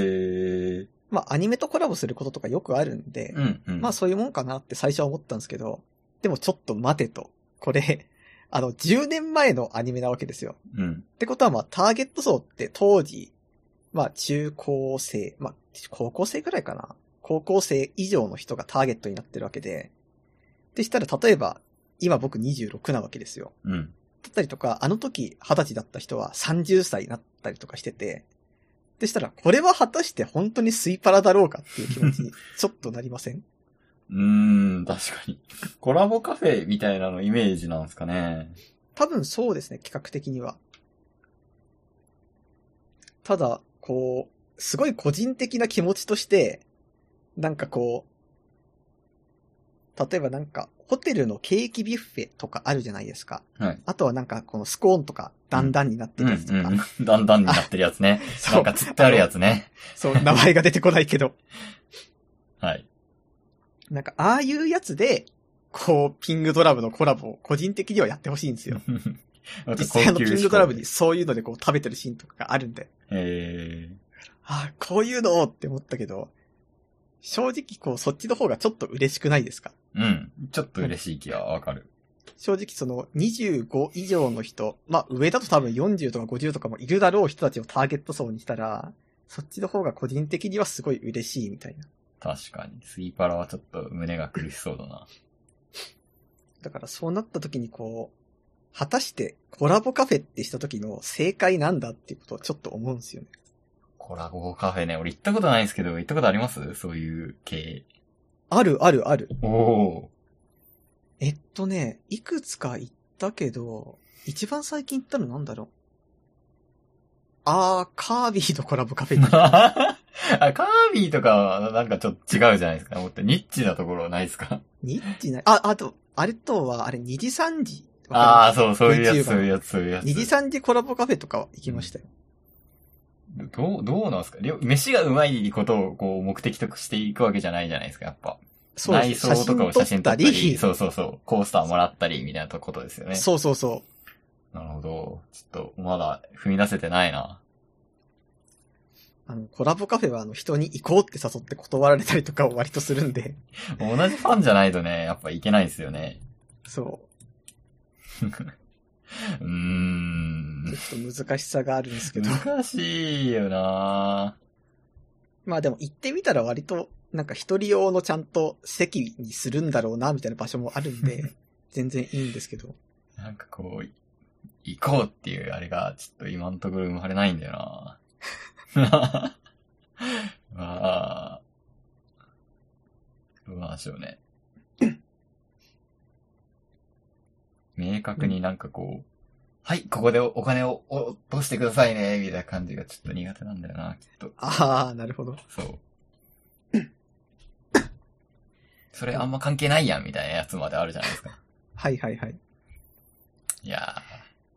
[SPEAKER 2] え。
[SPEAKER 1] まあアニメとコラボすることとかよくあるんで、
[SPEAKER 2] うん、うん。
[SPEAKER 1] まあそういうもんかなって最初は思ったんですけど、でもちょっと待てと。これ、あの、10年前のアニメなわけですよ。
[SPEAKER 2] うん。
[SPEAKER 1] ってことはまあターゲット層って当時、まあ中高生、まあ高校生ぐらいかな。高校生以上の人がターゲットになってるわけで。でしたら例えば、今僕26なわけですよ。
[SPEAKER 2] うん。
[SPEAKER 1] だったりとか、あの時20歳だった人は30歳になったりとかしてて。でしたら、これは果たして本当にスイパラだろうかっていう気持ちにちょっとなりません
[SPEAKER 2] うーん、確かに。コラボカフェみたいなのイメージなんですかね。
[SPEAKER 1] 多分そうですね、企画的には。ただ、こう、すごい個人的な気持ちとして、なんかこう、例えばなんか、ホテルのケーキビュッフェとかあるじゃないですか。
[SPEAKER 2] はい
[SPEAKER 1] あとはなんか、このスコーンとか、段々になって
[SPEAKER 2] うん、
[SPEAKER 1] る
[SPEAKER 2] う
[SPEAKER 1] やつとか。
[SPEAKER 2] ん。 だんだんになってるやつね。
[SPEAKER 1] そ
[SPEAKER 2] なん
[SPEAKER 1] う
[SPEAKER 2] か、釣ってあるやつね。
[SPEAKER 1] そう、名前が出てこないけど。
[SPEAKER 2] はい。
[SPEAKER 1] なんか、ああいうやつで、こう、ピングドラムのコラボを個人的にはやってほしいんですよ。
[SPEAKER 2] なんか
[SPEAKER 1] 実際あの、
[SPEAKER 2] 高
[SPEAKER 1] ピ
[SPEAKER 2] 級志向
[SPEAKER 1] ングドラムに。そういうのでこう、食べてるシーンとかがあるんで。
[SPEAKER 2] え
[SPEAKER 1] あこういうのって思ったけど、正直こう、そっちの方がちょっと嬉しくないですか
[SPEAKER 2] ー、うん。ちょっと嬉しい気はわかる。
[SPEAKER 1] 正直その25以上の人、まあ上だと多分40とか50とかもいるだろう人たちをターゲット層にしたら、そっちの方が個人的にはすごい嬉しいみたいな。
[SPEAKER 2] 確かに。スイパラはちょっと胸が苦しそうだな。
[SPEAKER 1] だからそうなった時にこう、果たしてコラボカフェってした時の正解なんだっていうことをちょっと思うんですよね。
[SPEAKER 2] コラボカフェね。俺行ったことないんですけど、行ったことありますそういう系。
[SPEAKER 1] あるあるある。
[SPEAKER 2] おお
[SPEAKER 1] えっとね、いくつか行ったけど、一番最近行ったのなんだろう。あー、カービィとコラボカフェに
[SPEAKER 2] ー。。 あ、カービィとかはなんかちょっと違うじゃないですか。もっとニッチなところないですか
[SPEAKER 1] ニッチない。あ、あと、あれとは、あれ、二次三次。
[SPEAKER 2] ああ、
[SPEAKER 1] わか
[SPEAKER 2] そう、そういうや
[SPEAKER 1] VTuber
[SPEAKER 2] つ、そういうやつ、そういうや
[SPEAKER 1] ります二次
[SPEAKER 2] つ。
[SPEAKER 1] 三次コラボカフェとかは行きましたよ。
[SPEAKER 2] どう、どうなんですかりょ飯がうまいことをこう目的としていくわけじゃないじゃないですか、やっぱ。
[SPEAKER 1] そう
[SPEAKER 2] 内装とかを写真撮ったり、
[SPEAKER 1] そ
[SPEAKER 2] そうそうそう、コースターもらったり、みたいなことですよね。
[SPEAKER 1] うそうそう。
[SPEAKER 2] なるほど。ちょっと、まだ踏み出せてないな。
[SPEAKER 1] あの、コラボカフェは、あの、人に行こうって誘って断られたりとかを割とするんで、
[SPEAKER 2] 同じファンじゃないとね、 やっぱいけないですよね。
[SPEAKER 1] そう
[SPEAKER 2] ー
[SPEAKER 1] う、
[SPEAKER 2] ん。
[SPEAKER 1] ちょっと難しさがあるんですけど。
[SPEAKER 2] 難しいよな
[SPEAKER 1] まあでも行ってみたら割と、なんか一人用のちゃんと席にするんだろうな、みたいな場所もあるんで、全然いいんですけど。
[SPEAKER 2] なんかこう、い行こうっていうあれが、ちょっと今のところ生まれないんだよな まあ、どうなんでしょうね。明確になんかこう、はい、ここでおお金を落としてくださいね、みたいな感じがちょっと苦手なんだよな、きっと。
[SPEAKER 1] ああ、なるほど。
[SPEAKER 2] そう。それあんま関係ないやん、みたいなやつまであるじゃないですか。
[SPEAKER 1] はいはいはい。
[SPEAKER 2] いや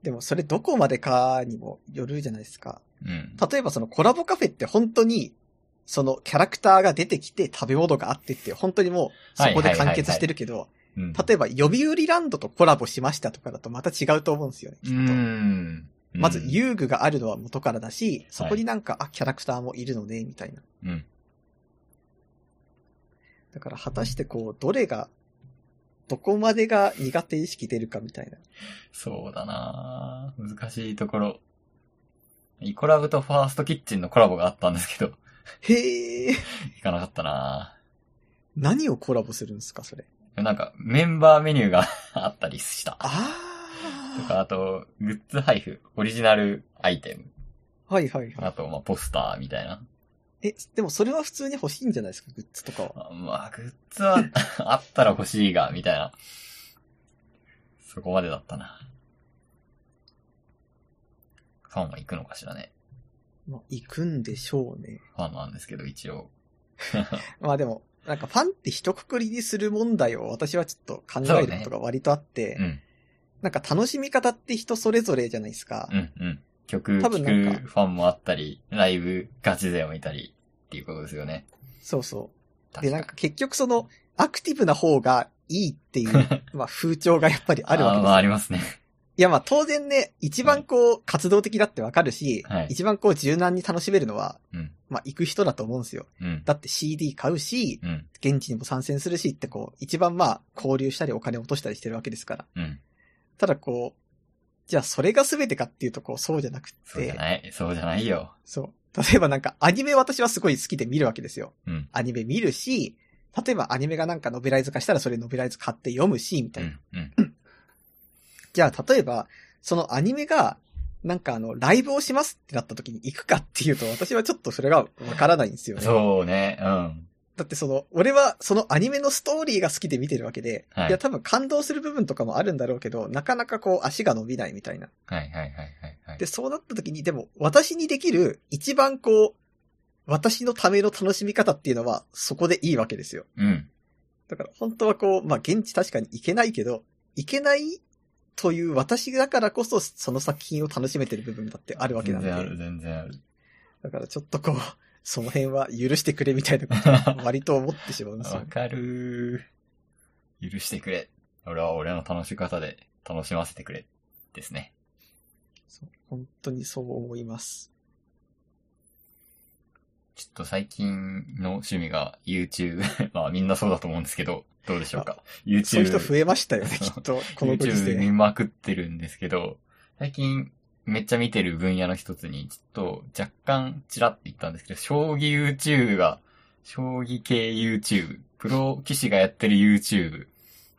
[SPEAKER 1] でもそれどこまでかにもよるじゃないですか。
[SPEAKER 2] ー、うん。
[SPEAKER 1] 例えばそのコラボカフェって本当に、そのキャラクターが出てきて食べ物があってって、本当にもうそこで完結してるけど、
[SPEAKER 2] うん
[SPEAKER 1] 例えば呼び売りランドとコラボしましたとかだとまた違うと思うんですよね、き
[SPEAKER 2] う
[SPEAKER 1] っと。
[SPEAKER 2] ん。
[SPEAKER 1] まず
[SPEAKER 2] う。
[SPEAKER 1] 遊具があるのは元からだし、そこになんか、あ、キャラクターもいるのね、みたいな。
[SPEAKER 2] うん。
[SPEAKER 1] だから果たしてこう、どれが、どこまでが苦手意識出るかみたいな。
[SPEAKER 2] そうだなぁ難しいところ。イコラブとファーストキッチンのコラボがあったんですけど、
[SPEAKER 1] へえ、
[SPEAKER 2] いかなかったな
[SPEAKER 1] 何をコラボするんですか、それ。
[SPEAKER 2] ぁなんか、メンバーメニューが あったりした。と
[SPEAKER 1] あ
[SPEAKER 2] か、あと、グッズ配布、オリジナルアイテム。
[SPEAKER 1] あ。はいはいはい。
[SPEAKER 2] あと、まあ、ポスターみたいな。
[SPEAKER 1] え、でもそれは普通に欲しいんじゃないですか、グッズとかは。
[SPEAKER 2] あまあ、グッズは あったら欲しいが、みたいな。そこまでだったな。ファンは行くのかしらね。
[SPEAKER 1] まあ、行くんでしょうね。
[SPEAKER 2] ファンなんですけど、一応。
[SPEAKER 1] まあでも、なんかファンって一括りにする問題を私はちょっと考えることが割とあって、
[SPEAKER 2] うん。
[SPEAKER 1] なんか楽しみ方って人それぞれじゃないですか。
[SPEAKER 2] うん、うん。曲聴
[SPEAKER 1] 多
[SPEAKER 2] く
[SPEAKER 1] 分
[SPEAKER 2] フ
[SPEAKER 1] なんか
[SPEAKER 2] ァンもあったり、ライブガチ勢を見たりっていうことですよね。
[SPEAKER 1] そうそう。
[SPEAKER 2] 確
[SPEAKER 1] で、
[SPEAKER 2] か
[SPEAKER 1] なん
[SPEAKER 2] に
[SPEAKER 1] か。結局その、アクティブな方がいいって いう、まあ風潮がやっぱりあるわけ
[SPEAKER 2] あ
[SPEAKER 1] で
[SPEAKER 2] ますあ、あ
[SPEAKER 1] よ。
[SPEAKER 2] りますね。
[SPEAKER 1] いやまあ当然ね、一番こう活動的だってわかるし、
[SPEAKER 2] はい
[SPEAKER 1] 一番こう柔軟に楽しめるのは、
[SPEAKER 2] うん
[SPEAKER 1] まあ行く人だと思うんですよ。
[SPEAKER 2] うん。
[SPEAKER 1] だって CD 買うし、
[SPEAKER 2] うん。
[SPEAKER 1] 現地にも参戦するしってこう、一番まあ交流したりお金を落としたりしてるわけですから。
[SPEAKER 2] うん。
[SPEAKER 1] ただこう、じゃあそれが全てかっていうとこうそうじゃなく
[SPEAKER 2] そうじゃ
[SPEAKER 1] て、
[SPEAKER 2] ない。そうじゃないよ。
[SPEAKER 1] そう。例えばなんかアニメ私はすごい好きで見るわけですよ。
[SPEAKER 2] うん。
[SPEAKER 1] アニメ見るし、例えばアニメがなんかノベライズ化したらそれノベライズ買って読むし、み
[SPEAKER 2] う
[SPEAKER 1] たいな。
[SPEAKER 2] ん。うん。
[SPEAKER 1] じゃあ例えば、そのアニメが、なんかあの、ライブをしますってなった時に行くかっていうと、私はちょっとそれがわからないんですよね。
[SPEAKER 2] そうね。うん。
[SPEAKER 1] だってその、俺はそのアニメのストーリーが好きで見てるわけで、
[SPEAKER 2] はい
[SPEAKER 1] いや多分感動する部分とかもあるんだろうけど、なかなかこう足が伸びないみたいな。
[SPEAKER 2] はいはいはいはいはい。
[SPEAKER 1] で、そうなった時に、でも、私にできる、一番こう、私のための楽しみ方っていうのは、そこでいいわけですよ。
[SPEAKER 2] うん。
[SPEAKER 1] だから、本当はこう、まあ、現地確かに行けないけど、行けないという私だからこそ、その作品を楽しめてる部分だってあるわけなん
[SPEAKER 2] 全
[SPEAKER 1] で
[SPEAKER 2] 然、ある、全然ある。
[SPEAKER 1] だからちょっとこう、その辺は許してくれみたいなことを割と思ってしまうんですよ
[SPEAKER 2] わ。かる ー。許してくれ。俺は俺の楽しみ方で楽しませてくれ。ですね。
[SPEAKER 1] そう本当にそう思います。
[SPEAKER 2] ちょっと最近の趣味が YouTube。まあ みんなそうだと思うんですけど、どうでしょうか。YouTube。
[SPEAKER 1] そういう人増えましたよね、きっと、このご時
[SPEAKER 2] YouTube 見
[SPEAKER 1] 世。
[SPEAKER 2] まくってるんですけど、最近めっちゃ見てる分野の一つに、ちょっと若干ちらって言ったんですけど、将棋 YouTube が、将棋系 YouTube、プロ棋士がやってる YouTube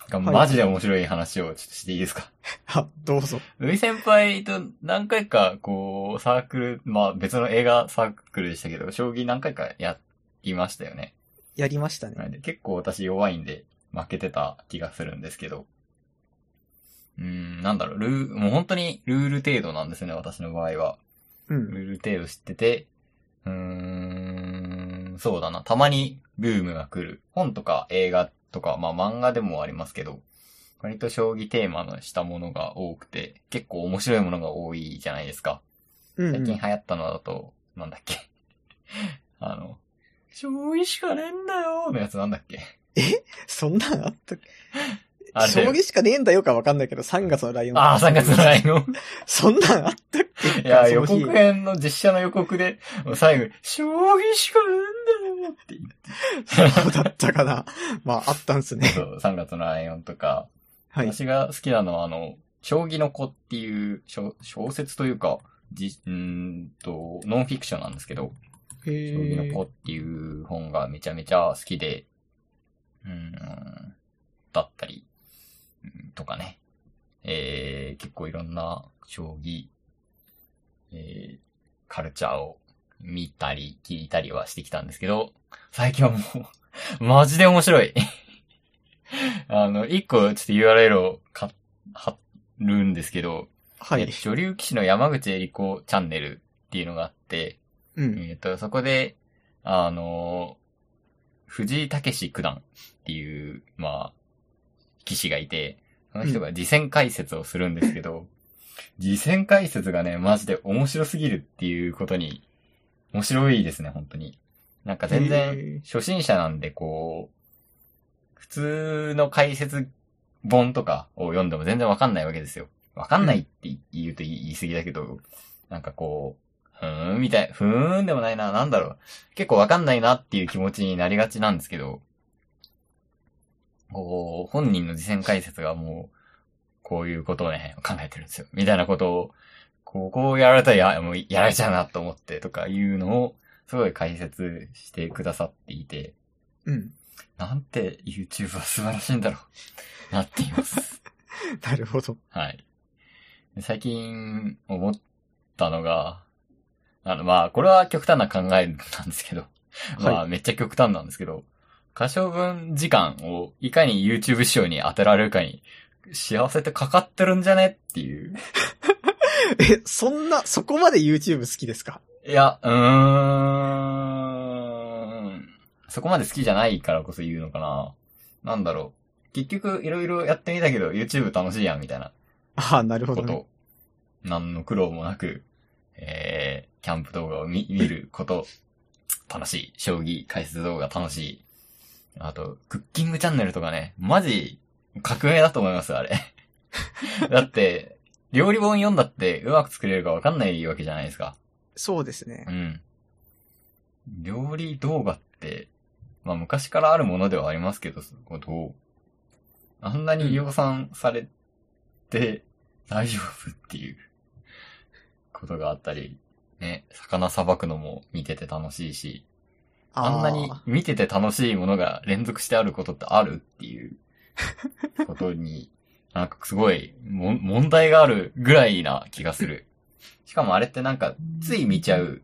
[SPEAKER 2] が
[SPEAKER 1] はい
[SPEAKER 2] マジで面白い話をちょっとしていいですか。
[SPEAKER 1] あ、どうぞ。
[SPEAKER 2] ルイ先輩と何回かこう、サークル、まあ別の映画サークルでしたけど、将棋何回かやりましたよね。
[SPEAKER 1] やりましたね。
[SPEAKER 2] なんで結構私弱いんで負けてた気がするんですけど。うーん、なんだろう、ルー、もう本当にルール程度なんですよね、私の場合は。
[SPEAKER 1] うん。
[SPEAKER 2] ルール程度知ってて、うーん、そうだな、たまにブームが来る。本とか映画とか、まあ漫画でもありますけど、割と将棋テーマのしたものが多くて、結構面白いものが多いじゃないですか。
[SPEAKER 1] うんう
[SPEAKER 2] 最
[SPEAKER 1] ん。
[SPEAKER 2] 近流行ったのだと、なんだっけ。 あの、将棋しかねえんだよのやつなんだっけ。
[SPEAKER 1] そんなんあった
[SPEAKER 2] あれだ
[SPEAKER 1] 将
[SPEAKER 2] よ
[SPEAKER 1] 棋しかねえんだよかわかんないけど、3月のライオン。
[SPEAKER 2] ああ、3月のライオン。
[SPEAKER 1] そんなんあったっ
[SPEAKER 2] いや、
[SPEAKER 1] そ
[SPEAKER 2] 予
[SPEAKER 1] の日
[SPEAKER 2] 告編の、実写の予告で、もう最後に、将棋しかねえんだよって言
[SPEAKER 1] けそうだったか な。まあ、あったんす
[SPEAKER 2] って。そ
[SPEAKER 1] ね。
[SPEAKER 2] う、3月のライオンとか、
[SPEAKER 1] はい。
[SPEAKER 2] 私が好きなのは、あの、将棋の子っていう小小説というか、じ、うーんと、ノンフィクションなんですけど、
[SPEAKER 1] へ
[SPEAKER 2] 将棋の
[SPEAKER 1] ー
[SPEAKER 2] 子っていう本がめちゃめちゃ好きで、うーん、だったり、うんとかね。えー、結構いろんな将棋、えー、カルチャーを見たり聞いたりはしてきたんですけど、最近はもう、 マジで面白い。あの、一個ちょっと URL をか貼るんですけど、
[SPEAKER 1] は
[SPEAKER 2] えっ
[SPEAKER 1] い
[SPEAKER 2] と。女流棋士の山口恵理子チャンネルっていうのがあって、
[SPEAKER 1] うん。
[SPEAKER 2] えっ、と、そこで、あのー藤井武九段っていう、まあ、棋士がいて、その人が次戦解説をするんですけど、 次戦解説がね、マジで面白すぎるっていうことに、面白いですね、本当に。なんか全
[SPEAKER 1] へ
[SPEAKER 2] 然
[SPEAKER 1] ー、
[SPEAKER 2] 初心者なんで、こう、普通の解説本とかを読んでも全然わかんないわけですよ。わかんないって言うと言い言い過ぎだけど、なんかこう、ふーんみたい、ふーんでもないな、なんだろう。結構わかんないなっていう気持ちになりがちなんですけど、こう、本人の事前解説がもう、こういうことをね、考えてるんですよ。みたいなことを、こう、こうやられたらや、もうやられちゃうなと思ってとかいうのを、すごい解説してくださっていて、
[SPEAKER 1] うん。
[SPEAKER 2] なんて YouTube は素晴らしいんだろう、なっています。
[SPEAKER 1] なるほど。
[SPEAKER 2] はい。で最近思ったのが、あの、まあ、これは極端な考えなんですけど、
[SPEAKER 1] はい
[SPEAKER 2] まあ、めっちゃ極端なんですけど、可処分時間をいかに YouTube 仕様に当てられるかに、幸せってかかってるんじゃねっていう。
[SPEAKER 1] え、そんな、そこまで YouTube 好きですか
[SPEAKER 2] いや、うーん。そこまで好きじゃないからこそ言うのかな。なんだろう。結局、いろいろやってみたけど、YouTube 楽しいやん、みたいな
[SPEAKER 1] ああ、なるほ
[SPEAKER 2] こ
[SPEAKER 1] ど、ね。
[SPEAKER 2] と。何の苦労もなく、えー、キャンプ動画を 見見ること、楽しい。将棋解説動画楽しい。あと、クッキングチャンネルとかね、マジ、革命だと思いま す、あれ。だって、料理本読んだって、うまく作れるかわかんないわけじゃないですか。
[SPEAKER 1] そうですね
[SPEAKER 2] う。ん。料理動画って、まあ昔からあるものではありますけど、そこどうあんなに量産されて大丈夫っていうことがあったり、ね、魚さばくのも見てて楽しいし、あんなに
[SPEAKER 1] あ
[SPEAKER 2] 見てて楽しいものが連続してあることってあるっていう ことに、なんかすごいもん問題があるぐらいな気がする。しかもあれってなんかつい見ちゃう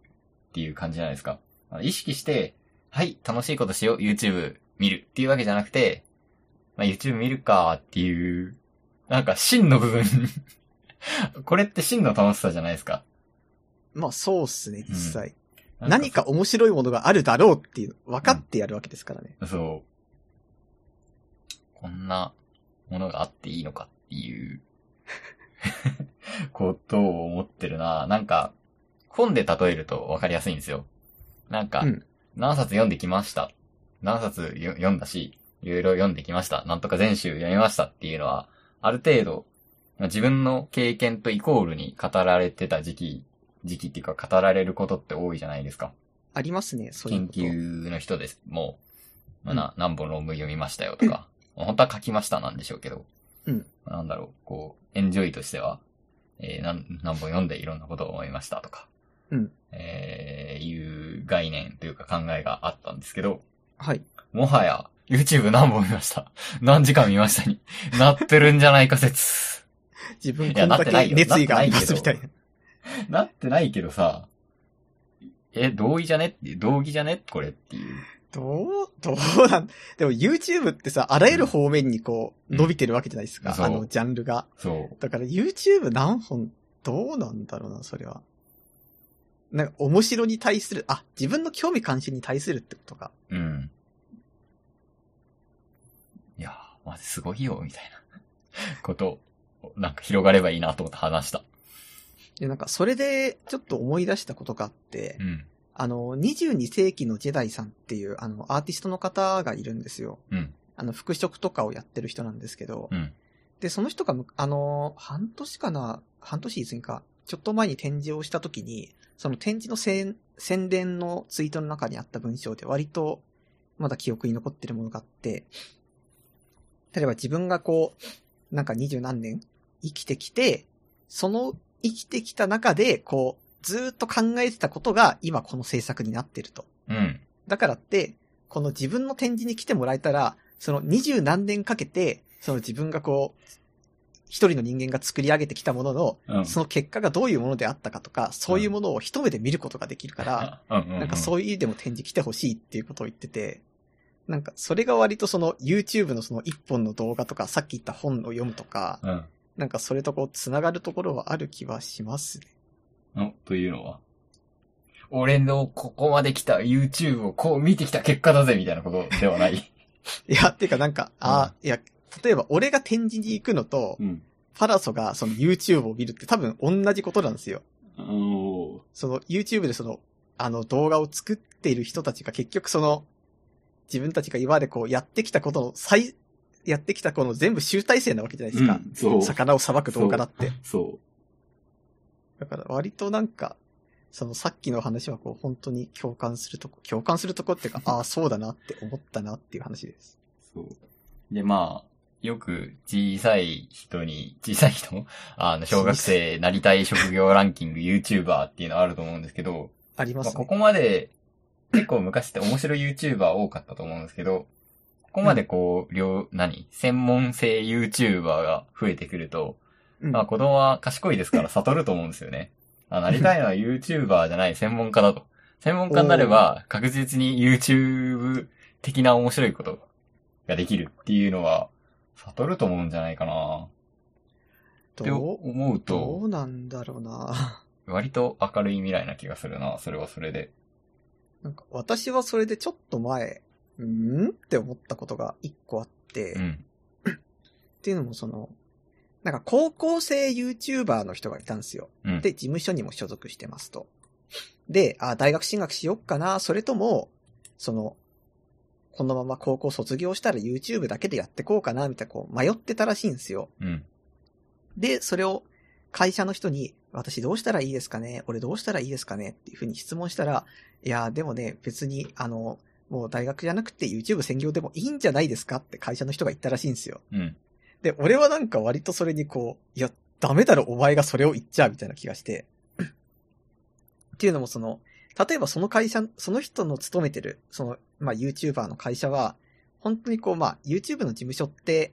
[SPEAKER 2] っていう感じじゃないですか。あの意識して、はい、楽しいことしよう、YouTube 見るっていうわけじゃなくて、まあ、YouTube 見るかっていう、なんか真の部分 これって真の楽しさじゃないですか。
[SPEAKER 1] ーまあそうっすね、実際。
[SPEAKER 2] なん
[SPEAKER 1] 何か面白いものがあるだろうっていう、分かってやるわけですからね。
[SPEAKER 2] そう。こんなものがあっていいのかっていう、ことを思ってるな。なんか、本で例えるとわかりやすいんですよ。なんか、
[SPEAKER 1] うん
[SPEAKER 2] 何冊読んできました。何冊よ読んだし、いろいろ読んできました。なんとか全集読みましたっていうのは、ある程度、まあ自分の経験とイコールに語られてた時期、時期っていうか語られることって多いじゃないですか。
[SPEAKER 1] ありますね、そういう
[SPEAKER 2] 研
[SPEAKER 1] こと。
[SPEAKER 2] 究の人です。もう、まあな、何本論文読みましたよとか、まあ本当は書きましたなんでしょうけど、
[SPEAKER 1] うん
[SPEAKER 2] まあなんだろう、こう、エンジョイとしては、えー何、何本読んでいろんなことを思いましたとか、
[SPEAKER 1] うん
[SPEAKER 2] えーいう概念というか考えがあったんですけど、
[SPEAKER 1] はい。
[SPEAKER 2] もはや、YouTube 何本見ました 何時間見ましたに なってるんじゃないか説。
[SPEAKER 1] 自分
[SPEAKER 2] い
[SPEAKER 1] こ
[SPEAKER 2] や
[SPEAKER 1] ん
[SPEAKER 2] な
[SPEAKER 1] だ
[SPEAKER 2] ってな
[SPEAKER 1] け
[SPEAKER 2] いよ
[SPEAKER 1] 熱意がありま
[SPEAKER 2] なって
[SPEAKER 1] す
[SPEAKER 2] な
[SPEAKER 1] み
[SPEAKER 2] いけ
[SPEAKER 1] た
[SPEAKER 2] ど
[SPEAKER 1] いな。
[SPEAKER 2] なってないけどさ、え、同意じゃねって、同義じゃねこれっていう。
[SPEAKER 1] どう、どうなん、でも YouTube ってさ、あらゆる方面にこう、
[SPEAKER 2] うん
[SPEAKER 1] 伸びてるわけじゃないですか、
[SPEAKER 2] そう
[SPEAKER 1] あの、ジャンルが。
[SPEAKER 2] そう。
[SPEAKER 1] だから YouTube 何本、どうなんだろうな、それは。なんか、面白に対する、あ、自分の興味関心に対するってことか。
[SPEAKER 2] うん。いやー、マジすごいよ、みたいな ことを、なんか広がればいいなと思って話した。
[SPEAKER 1] で、なんか、それで、ちょっと思い出したことがあって、
[SPEAKER 2] うん。
[SPEAKER 1] あの、22世紀のジェダイさんっていう、あの、アーティストの方がいるんですよ。
[SPEAKER 2] うん。
[SPEAKER 1] あの、服飾とかをやってる人なんですけど、
[SPEAKER 2] うん。
[SPEAKER 1] で、その人がむ、あのー、半年かな、半年以前か、ちょっと前に展示をした時に、その展示のせん宣伝のツイートの中にあった文章で割と、まだ記憶に残ってるものがあって、例えば自分がこう、なんか二十何年生きてきて、その生きてきた中で、こう、ずーっと考えてたことが今この制作になってると。
[SPEAKER 2] うん。
[SPEAKER 1] だからって、この自分の展示に来てもらえたら、その二十何年かけて、その自分がこう、一人の人間が作り上げてきたものの、
[SPEAKER 2] うん。
[SPEAKER 1] その結果がどういうものであったかとか、そういうものを一目で見ることができるから、
[SPEAKER 2] うんうんうん、
[SPEAKER 1] なんかそういう意味でも展示来てほしいっていうことを言ってて、なんかそれが割とその YouTube のその一本の動画とか、さっき言った本を読むとか、
[SPEAKER 2] うん。
[SPEAKER 1] なんかそれとこう繋がるところはある気はしますね。
[SPEAKER 2] うん。というのは。俺のここまで来た YouTube をこう見てきた結果だぜ、みたいなことではない。
[SPEAKER 1] いや、っていうかなんか、あ、いや、例えば俺が展示に行くのと、
[SPEAKER 2] うん。
[SPEAKER 1] パラソがその YouTube を見るって多分同じことなんですよ。
[SPEAKER 2] お
[SPEAKER 1] その YouTube でその、あの動画を作っている人たちが結局その、自分たちが今までこうやってきたことの最、やってきたこの全部集大成なわけじゃないですか。
[SPEAKER 2] そ
[SPEAKER 1] 魚を捌く動画だって。
[SPEAKER 2] そ
[SPEAKER 1] だから割となんか、そのさっきの話はこう本当に共感するとこ、共感するとこって いうか、ああ、そうだなって思ったなっていう話です。
[SPEAKER 2] そう。で、まあ、よく小さい人に、小さい人 あの、小学生なりたい職業ランキング YouTuber っていうのあると思うんですけど、
[SPEAKER 1] ありま
[SPEAKER 2] まあ、
[SPEAKER 1] す
[SPEAKER 2] こ
[SPEAKER 1] ね。
[SPEAKER 2] こまで、結構昔って面白い YouTuber 多かったと思うんですけど、ここまでこう、両、何専門性 YouTuber が増えてくると、
[SPEAKER 1] うん
[SPEAKER 2] まあ子供は賢いですから悟ると思うんですよね。あなりたいのは YouTuber じゃない専門家だと。専門家になれば確実に YouTube 的な面白いことができるっていうのは悟ると思うんじゃないかな。って
[SPEAKER 1] どう、
[SPEAKER 2] 思う
[SPEAKER 1] ど
[SPEAKER 2] と、
[SPEAKER 1] うなんだろうな。
[SPEAKER 2] 割と明るい未来な気がするな。それはそれで。
[SPEAKER 1] なんか私はそれでちょっと前、んって思ったことが一個あって、
[SPEAKER 2] う
[SPEAKER 1] っ
[SPEAKER 2] ん。
[SPEAKER 1] ていうのもその、なんか高校生 YouTuber の人がいたんですよ。
[SPEAKER 2] うん。
[SPEAKER 1] で、事務所にも所属してますと。で、あ、大学進学しよっかな、それとも、その、このまま高校卒業したら YouTube だけでやってこうかな、みたいな、こう、迷ってたらしいんですよ。
[SPEAKER 2] うん。
[SPEAKER 1] で、それを会社の人に、私どうしたらいいですかね俺どうしたらいいですかねっていうふうに質問したら、いやー、でもね、別に、あの、もう大学じゃなくて YouTube 専業でもいいんじゃないですかって会社の人が言ったらしいんですよ。
[SPEAKER 2] うん。
[SPEAKER 1] で、俺はなんか割とそれにこう、いや、ダメだろ、お前がそれを言っちゃうみたいな気がして。 っていうのもその、例えばその会社、その人の勤めてる、その、まあ、YouTuber の会社は、本当にこう、まあ、YouTube の事務所って、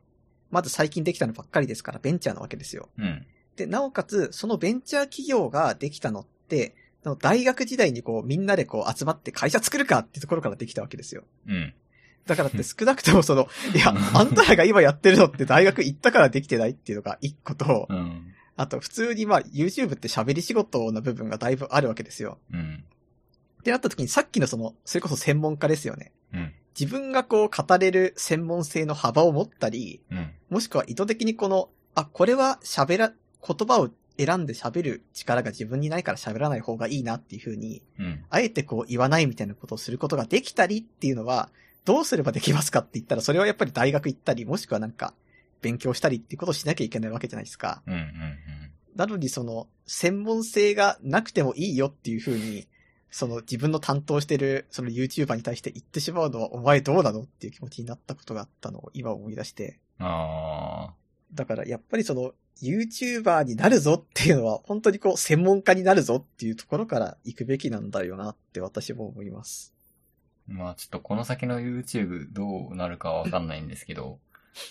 [SPEAKER 1] まず最近できたのばっかりですから、ベンチャーなわけですよ。
[SPEAKER 2] うん。
[SPEAKER 1] で、なおかつ、そのベンチャー企業ができたのって、あの大学時代にこう、みんなでこう、集まって会社作るかってところからできたわけですよ。
[SPEAKER 2] うん。
[SPEAKER 1] だからって少なくともそ の、いや、あんたらが今やってるのって大学行ったからできてないっていうのが一個と、
[SPEAKER 2] うん。
[SPEAKER 1] あと普通にまあ YouTube って喋り仕事な部分がだいぶあるわけですよ。
[SPEAKER 2] うん。
[SPEAKER 1] ってなった時にさっきのその、それこそ専門家ですよね。
[SPEAKER 2] うん。
[SPEAKER 1] 自分がこう語れる専門性の幅を持ったり、
[SPEAKER 2] うん。
[SPEAKER 1] もしくは意図的にこの、あ、これは喋ら、言葉を選んで喋る力が自分にないから喋らない方がいいなっていう風に、
[SPEAKER 2] うん。
[SPEAKER 1] あえてこう言わないみたいなことをすることができたりっていうのは、どうすればできますかって言ったら、それはやっぱり大学行ったり、もしくはなんか、勉強したりっていうことをしなきゃいけないわけじゃないですか。
[SPEAKER 2] うん。
[SPEAKER 1] なのにその、専門性がなくてもいいよっていうふうに、その自分の担当してる、その YouTuber に対して言ってしまうのは、お前どうなのっていう気持ちになったことがあったのを今思い出して。
[SPEAKER 2] あ
[SPEAKER 1] だからやっぱりその、YouTuber になるぞっていうのは、本当にこう、専門家になるぞっていうところから行くべきなんだよなって私も思います。
[SPEAKER 2] ー。まあちょっとこの先の YouTube どうなるかはわかんないんですけど、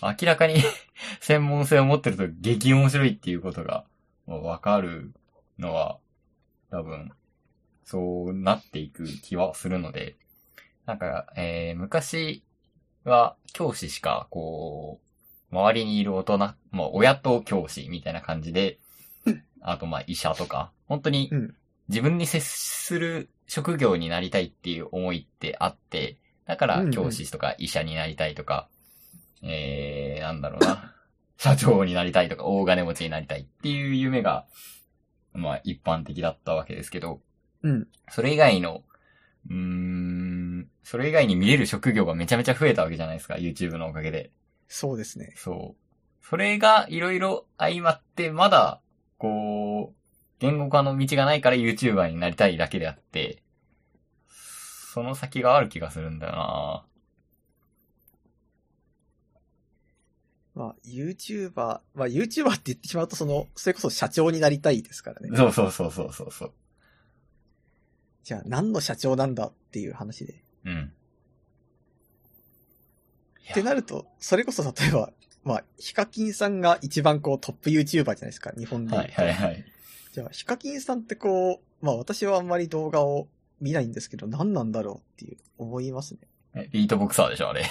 [SPEAKER 2] 明らかに 専門性を持ってると激面白いっていうことがもうわかるのは、多分、そうなっていく気はするので、なんか、えー昔は教師しか、こう、周りにいる大人、まあ親と教師みたいな感じで、あとまあ医者とか、本当に
[SPEAKER 1] うん
[SPEAKER 2] 自分に接する職業になりたいっていう思いってあって、だから
[SPEAKER 1] うんうん
[SPEAKER 2] 教師とか医者になりたいとか、えー、なんだろうな。 社長になりたいとか、大金持ちになりたいっていう夢が、まあ一般的だったわけですけど、
[SPEAKER 1] うん。
[SPEAKER 2] それ以外の、うーん、それ以外に見れる職業がめちゃめちゃ増えたわけじゃないですか、YouTube のおかげで。
[SPEAKER 1] そうですね。
[SPEAKER 2] そう。それがいろいろ相まって、まだ、こう、言語化の道がないから YouTuber になりたいだけであって、その先がある気がするんだよな
[SPEAKER 1] まあ、YouTuber、まあ、YouTuber って言ってしまうと、その、それこそ社長になりたいですからね。
[SPEAKER 2] そうそうそうそうそうそう。
[SPEAKER 1] じゃあ、何の社長なんだっていう話で。
[SPEAKER 2] うん。いや
[SPEAKER 1] ってなると、それこそ例えば、まあ、ヒカキンさんが一番こうトップ YouTuber じゃないですか、日本で。
[SPEAKER 2] はいはいはい。
[SPEAKER 1] じゃあ、ヒカキンさんってこう、まあ私はあんまり動画を見ないんですけど、何なんだろうっていう、思いますね。
[SPEAKER 2] えビートボクサーでしょ、あれ。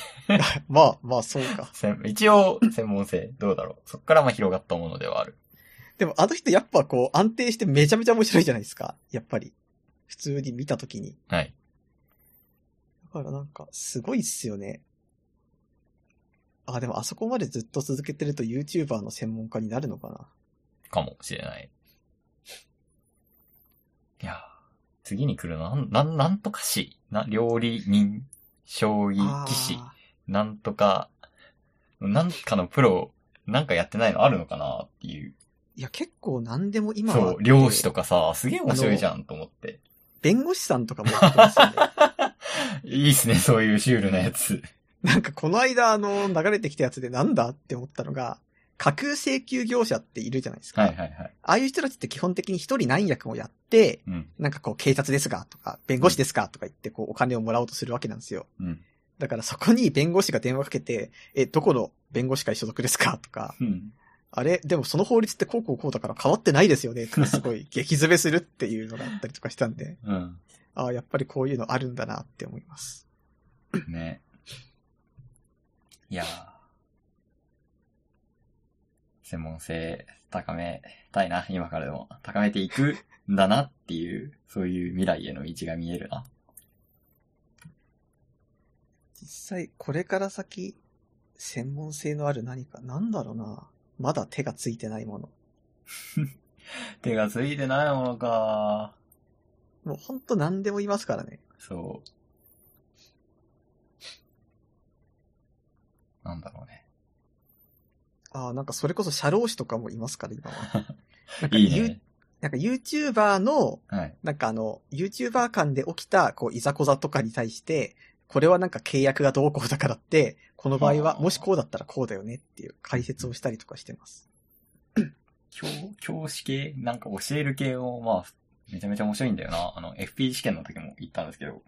[SPEAKER 1] まあ、まあそうか。
[SPEAKER 2] せん一応、専門性、どうだろう。そっからまあ広がったものではある。
[SPEAKER 1] でも、あの人やっぱこう、安定してめちゃめちゃ面白いじゃないですか、やっぱり。普通に見たときに。
[SPEAKER 2] はい。
[SPEAKER 1] だからなんか、すごいっすよね。あ、でもあそこまでずっと続けてると YouTuber の専門家になるのかな。
[SPEAKER 2] かもしれない。いやー、次に来るなん、なん、なんとか師。な、料理人、将棋、棋士、
[SPEAKER 1] あ
[SPEAKER 2] なんとか、なんかのプロ、なんかやってないのあるのかなっていう。
[SPEAKER 1] ーいや、結構何でも今はあっ
[SPEAKER 2] そ
[SPEAKER 1] て。
[SPEAKER 2] う、漁師とかさ、すげえ面白いじゃんと 思って。
[SPEAKER 1] 弁護士さんとかもやってますよね。
[SPEAKER 2] いいっすね、そういうシュールなやつ。
[SPEAKER 1] なんかこの間、あの、流れてきたやつでなんだって思ったのが、架空請求業者っているじゃないですか。
[SPEAKER 2] はいはいはい。
[SPEAKER 1] ああいう人たちって基本的に一人何役もやって、
[SPEAKER 2] うん、
[SPEAKER 1] なんかこう、警察ですがとか、弁護士ですかとか言って、こう、お金をもらおうとするわけなんですよ。
[SPEAKER 2] うん。
[SPEAKER 1] だからそこに弁護士が電話かけて、え、どこの弁護士会所属ですかとか、
[SPEAKER 2] うん。
[SPEAKER 1] あれでもその法律ってこうこうこうだから変わってないですよねとかすごい激詰めするっていうのがあったりとかしたんで、
[SPEAKER 2] うん。
[SPEAKER 1] ああ、やっぱりこういうのあるんだなって思います。
[SPEAKER 2] ね。いやー専門性高めたいな、今からでも。高めていくんだなっていう、そういう未来への道が見えるな。
[SPEAKER 1] 実際、これから先、専門性のある何か、なんだろうな。まだ手がついてないもの。
[SPEAKER 2] 手がついてないものか。
[SPEAKER 1] もうほんと何でも言いますからね。
[SPEAKER 2] そう。なんだろうね。
[SPEAKER 1] ああ、なんかそれこそ社労士とかもいますから、今 は。なんか
[SPEAKER 2] いい
[SPEAKER 1] You-
[SPEAKER 2] ね。
[SPEAKER 1] なんか YouTuber の、
[SPEAKER 2] はい。
[SPEAKER 1] なんかあの、YouTuber 間で起きた、こう、いざこざとかに対して、これはなんか契約がどうこうだからって、この場合は、
[SPEAKER 2] はあ
[SPEAKER 1] もしこうだったらこうだよねっていう解説をしたりとかしてます。
[SPEAKER 2] 教、教師系なんか教える系を、まあ、めちゃめちゃ面白いんだよな。あの、FP 試験の時も言ったんですけど、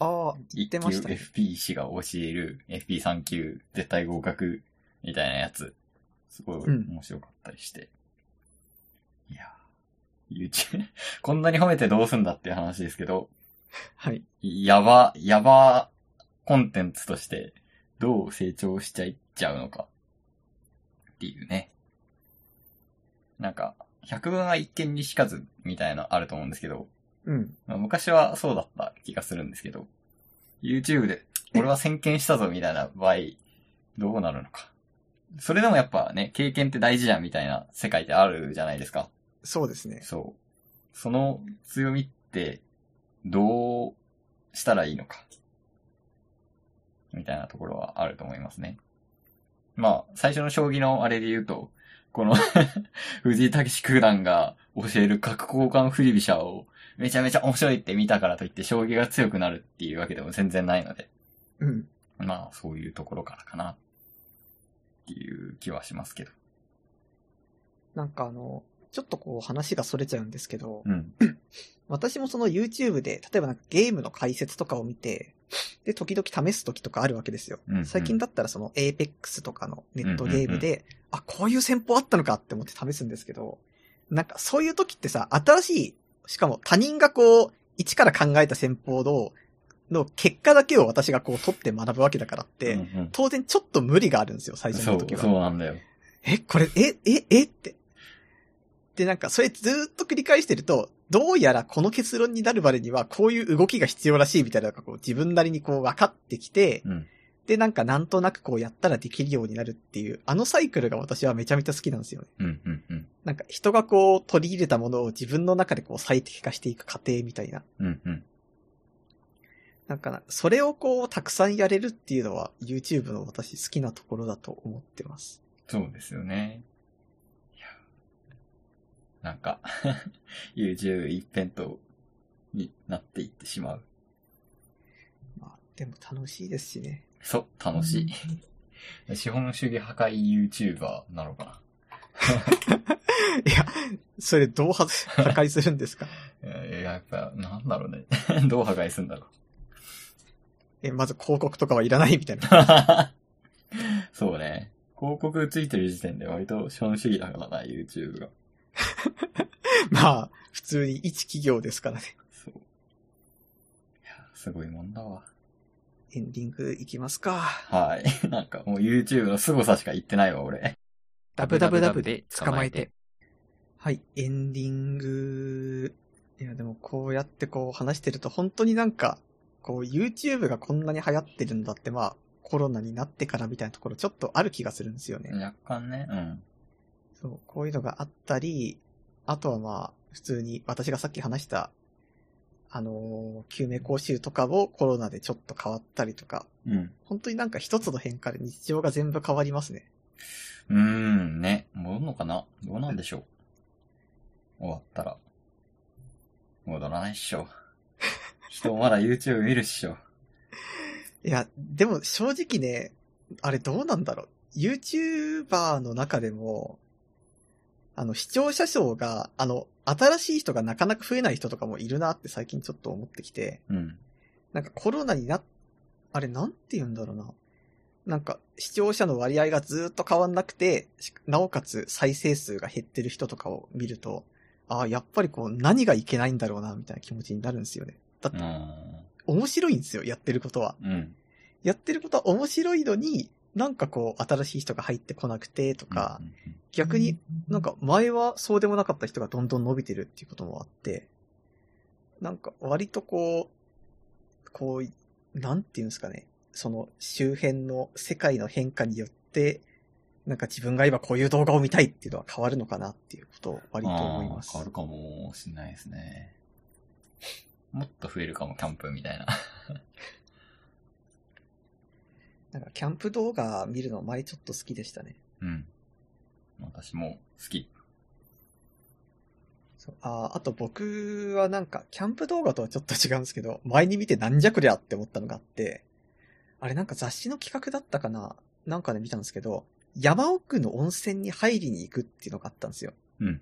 [SPEAKER 1] ああ、言ってましたね。
[SPEAKER 2] 1級 FP 士が教える FP3 級絶対合格みたいなやつ。すごい
[SPEAKER 1] うん
[SPEAKER 2] 面白かったりして。いやー、YouTube、こ んなに褒めてどうすんだっていう話ですけど、
[SPEAKER 1] はい。
[SPEAKER 2] やば、やばコンテンツとしてどう成長しちゃいっちゃうのかっていうね。なんか、百聞は一見にしかずみたいなあると思うんですけど、
[SPEAKER 1] うん。
[SPEAKER 2] まあ昔はそうだった気がするんですけど、YouTube で俺は先見したぞみたいな場合、どうなるのか。それでもやっぱね、経験って大事じゃんみたいな世界ってあるじゃないですか。
[SPEAKER 1] そうですね。
[SPEAKER 2] そう。その強みって、どうしたらいいのか。みたいなところはあると思いますね。まあ、最初の将棋のあれで言うと、この、 藤井武史九段が教える角交換振り飛車をめちゃめちゃ面白いって見たからといって将棋が強くなるっていうわけでも全然ないので、
[SPEAKER 1] うん。
[SPEAKER 2] まあ、そういうところからかな。っていう気はしますけど。
[SPEAKER 1] なんかあの、ちょっとこう話がそれちゃうんですけど、
[SPEAKER 2] うん。
[SPEAKER 1] 私もその YouTube で、例えばなんかゲームの解説とかを見て、で、時々試す時とかあるわけですよ。
[SPEAKER 2] うんうん
[SPEAKER 1] 最近だったらその Apex とかのネットゲームで、あ、こういう戦法あったのかって思って試すんですけど、なんかそういう時ってさ、新しい、しかも他人がこう、一から考えた戦法の、の結果だけを私がこう取って学ぶわけだからって、
[SPEAKER 2] うんうん
[SPEAKER 1] 当然ちょっと無理があるんですよ、最初
[SPEAKER 2] そ
[SPEAKER 1] の
[SPEAKER 2] う
[SPEAKER 1] 時、は。
[SPEAKER 2] そうなんだよ。
[SPEAKER 1] え、これ、え、え、えって。で、なんか、それずーっと繰り返してると、どうやらこの結論になるまでには、こういう動きが必要らしいみたいなのが、こう、自分なりにこう、分かってきて、
[SPEAKER 2] うん
[SPEAKER 1] で、なんか、なんとなくこう、やったらできるようになるっていう、あのサイクルが私はめちゃめちゃ好きなんですよね。
[SPEAKER 2] うんうんうん。
[SPEAKER 1] なんか、人がこう、取り入れたものを自分の中でこう、最適化していく過程みたいな。
[SPEAKER 2] うんうん。
[SPEAKER 1] なんかな、それをこう、たくさんやれるっていうのは、YouTube の私好きなところだと思ってます。
[SPEAKER 2] そうですよね。いやなんか、YouTube 一辺倒になっていってしまう。
[SPEAKER 1] まあ、でも楽しいですしね。
[SPEAKER 2] そう、楽しい。資本主義破壊 YouTuber なのか
[SPEAKER 1] いや、それどう破破壊するんですか
[SPEAKER 2] な。いや、やっぱ、なんだろうね。 どう破壊するんだろ
[SPEAKER 1] え、まず広告とかはいらないみたいな。
[SPEAKER 2] う。 そうね。広告ついてる時点で割と資本主義だからな、YouTube が。
[SPEAKER 1] まあ、普通に一企業ですからね。
[SPEAKER 2] そう。いや、すごいもんだわ。
[SPEAKER 1] エンディングいきますか。
[SPEAKER 2] はい。 なんかもう YouTube の凄さしか言ってないわ、俺。
[SPEAKER 1] ダブダブダブで捕まえて。はい、エンディング。いや、でもこうやってこう話してると本当になんか、こう YouTube がこんなに流行ってるんだって、まあ、コロナになってからみたいなところちょっとある気がするんですよね。
[SPEAKER 2] 若干ね、うん。
[SPEAKER 1] そう、こういうのがあったり、あとはまあ、普通に私がさっき話した、あのー救命講習とかをコロナでちょっと変わったりとか、
[SPEAKER 2] うん。
[SPEAKER 1] 本当になんか一つの変化で日常が全部変わりますね。
[SPEAKER 2] うーん、ね。戻るのかなどうなんでしょう終わったら。戻らないっしょ。人まだ YouTube 見るっしょ。
[SPEAKER 1] いや、でも正直ね、あれどうなんだろう。YouTuber の中でも、あの、視聴者層が、あの、新しい人がなかなか増えない人とかもいるなって最近ちょっと思ってきて、
[SPEAKER 2] うん。
[SPEAKER 1] なんかコロナになっ、あれなんて言うんだろうな。なんか視聴者の割合がずーっと変わんなくて、しなおかつ再生数が減ってる人とかを見ると、ああ、やっぱりこう何がいけないんだろうな、みたいな気持ちになるんですよね。だって
[SPEAKER 2] うん。
[SPEAKER 1] 面白いんですよ、やってることは。
[SPEAKER 2] うん。
[SPEAKER 1] やってることは面白いのに、なんかこう、新しい人が入ってこなくてとか、
[SPEAKER 2] うん、
[SPEAKER 1] 逆になんか前はそうでもなかった人がどんどん伸びてるっていうこともあって、なんか割とこう、こうい、なんていうんですかね、その周辺の世界の変化によって、なんか自分が今こういう動画を見たいっていうのは変わるのかなっていうことを割と思いま
[SPEAKER 2] あー
[SPEAKER 1] す
[SPEAKER 2] 変。わるかもしれないですね。もっと増えるかも、キャンプみたいな。
[SPEAKER 1] なんかキャンプ動画見るの前ちょっと好きでしたね。
[SPEAKER 2] うん。私も好き。
[SPEAKER 1] そうあーあと僕はなんか、キャンプ動画とはちょっと違うんですけど、前に見てなんじゃこりゃって思ったのがあって、あれなんか雑誌の企画だったかななんかで見たんですけど、山奥の温泉に入りに行くっていうのがあったんですよ。
[SPEAKER 2] うん。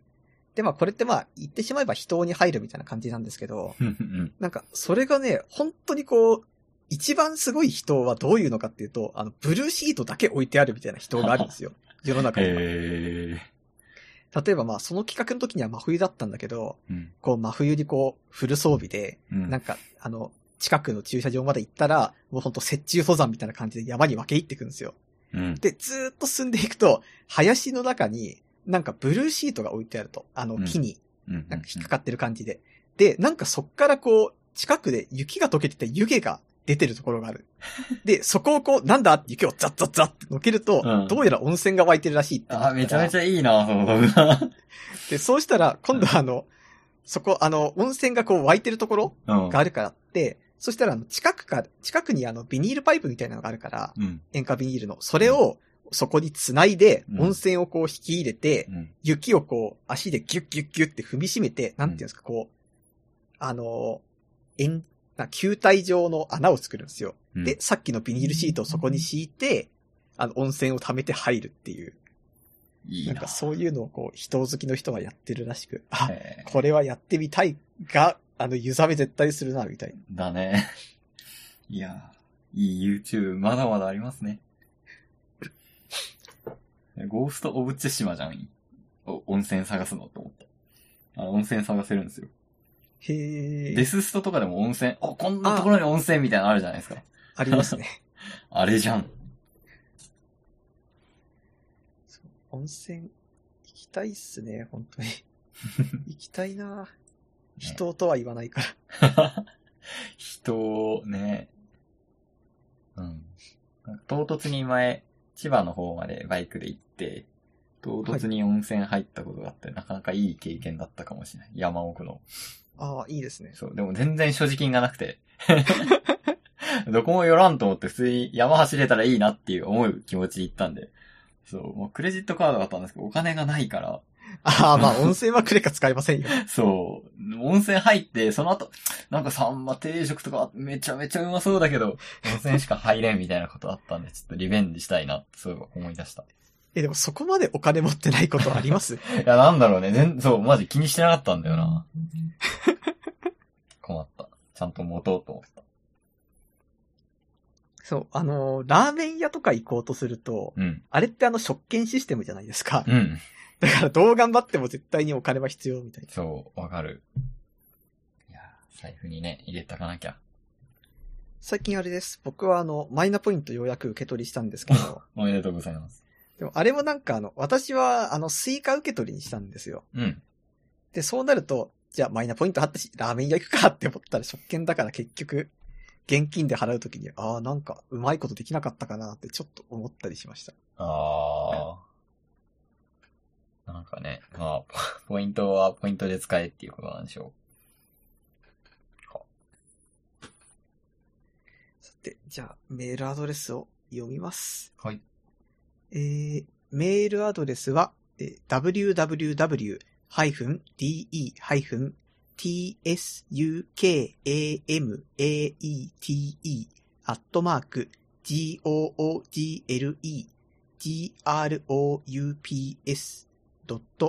[SPEAKER 1] で、まあこれってまあ言ってしまえば人に入るみたいな感じなんですけど、
[SPEAKER 2] うん。
[SPEAKER 1] なんかそれがね、本当にこう、一番すごい人はどういうのかっていうと、あの、ブルーシートだけ置いてあるみたいな人があるん ですよ。世の中には。
[SPEAKER 2] へ
[SPEAKER 1] 例えばまあその企画の時には真冬だったんだけど、
[SPEAKER 2] ー。うん。
[SPEAKER 1] こう真冬にこうフル装備で、
[SPEAKER 2] うん。
[SPEAKER 1] なんかあの、近くの駐車場まで行ったら、もうほんと雪中登山みたいな感じで山に分け入っていくんですよ。
[SPEAKER 2] うん。
[SPEAKER 1] で、ずーっと進んでいくと、林の中になんかブルーシートが置いてあると。あの
[SPEAKER 2] うん
[SPEAKER 1] 木に
[SPEAKER 2] うん。
[SPEAKER 1] なんか引っかかってる感じで。で、なんかそっからこう、近くで雪が溶けてて湯気が出てるところがあ る。で、そこをこう、なんだって雪をザッザッザッってのけると、
[SPEAKER 2] うん
[SPEAKER 1] どうやら温泉が湧いてるらしいってなったら。
[SPEAKER 2] あ、めちゃめちゃいいな、その動 画。
[SPEAKER 1] で、そうしたら、今度はあの、そこ、あの、温泉がこう湧いてるところ
[SPEAKER 2] うん
[SPEAKER 1] があるからって、そしたら、あの、近くか、近くにあの、ビニールパイプみたいなのがあるから、
[SPEAKER 2] うん。
[SPEAKER 1] 塩化ビニールの、それを、そこに繋いで
[SPEAKER 2] う、ん
[SPEAKER 1] 温泉をこう引き入れて、
[SPEAKER 2] うん。
[SPEAKER 1] 雪をこう、足でギュッギュッギュッって踏みしめて、なんていうんですか、こう、あの、円、な球体状の穴を作るんですよ。
[SPEAKER 2] うん
[SPEAKER 1] で、、さっきのビニールシートをそこに敷いて、あの、温泉を溜めて入るっていう。
[SPEAKER 2] いい
[SPEAKER 1] な
[SPEAKER 2] な。
[SPEAKER 1] んかそういうのをこう、人好きの人はやってるらしく、あ、
[SPEAKER 2] へ
[SPEAKER 1] これはやってみたいが、あの、湯冷め絶対するな、みたいな。
[SPEAKER 2] ーだね。 いやー、いい YouTube、まだまだありますね。ゴースト・オブ・チェシマじゃん。お温泉探すのと思った。あ温泉探せるんですよ。
[SPEAKER 1] へえ。
[SPEAKER 2] デスストとかでも温泉、お、こんなところに温泉みたいなのあるじゃないですか。
[SPEAKER 1] ありますね。
[SPEAKER 2] あれじゃん。
[SPEAKER 1] そう温泉、行きたいっすね、本 当に。行きたいな人とは言わないから。
[SPEAKER 2] 人をね、うん。唐突に前、千葉の方までバイクで行って、唐突に温泉入ったことがあって、なかなかいい経験だったかもしれない。山奥の。
[SPEAKER 1] ああ、いいですね。
[SPEAKER 2] そう、でも全然所持金がなくて。 どこも寄らんと思って普通に山走れたらいいなっていう思う気持ちで行ったんで。そう、もうクレジットカードだったんですけど、お金がないから、
[SPEAKER 1] ああ、まあ、温泉はクレカ使えませんよ。
[SPEAKER 2] そう。温泉入って、その後、なんかサンマ定食とかめちゃめちゃうまそうだけど、温泉しか入れんみたいなことあったんで、ちょっとリベンジしたいなって、そういえば思い出した。
[SPEAKER 1] え、でもそこまでお金持ってないことあります
[SPEAKER 2] いや、なんだろうね。全そう、マジ気にしてなかったんだよな。困った。ちゃんと持とうと思った。
[SPEAKER 1] そう、あのーラーメン屋とか行こうとすると、
[SPEAKER 2] うん。
[SPEAKER 1] あれってあの、食券システムじゃないですか。
[SPEAKER 2] うん。
[SPEAKER 1] だから、どう頑張っても絶対にお金は必要みたいな。
[SPEAKER 2] そう、わかる。いや、財布にね、入れたかなきゃ。
[SPEAKER 1] 最近あれです。僕はあの、マイナポイントようやく受け取りしたんですけど、
[SPEAKER 2] おめでとうございます。
[SPEAKER 1] でもあれもなんかあの、私はあの、スイカ受け取りにしたんですよ。
[SPEAKER 2] うん。
[SPEAKER 1] で、そうなると、じゃあマイナポイントあったし、ラーメン屋行くかって思ったら食券だから結局、現金で払うときに、ああ、なんか、うまいことできなかったかなってちょっと思ったりしました。
[SPEAKER 2] あー。なんかね、まあ、 ポイントはポイントで使えっていうことなんでしょう。
[SPEAKER 1] さて、じゃあ、メールアドレスを読みます。
[SPEAKER 2] はい。
[SPEAKER 1] えー、メールアドレスは、えー www-de-tsukamate アットマーク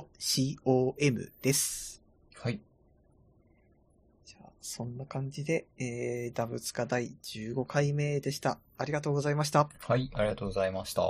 [SPEAKER 1] google-groups.com です。
[SPEAKER 2] はい。
[SPEAKER 1] じゃあ、そんな感じで、えー、ダブツカ第15回目でした。ありがとうございました。
[SPEAKER 2] はい、ありがとうございました。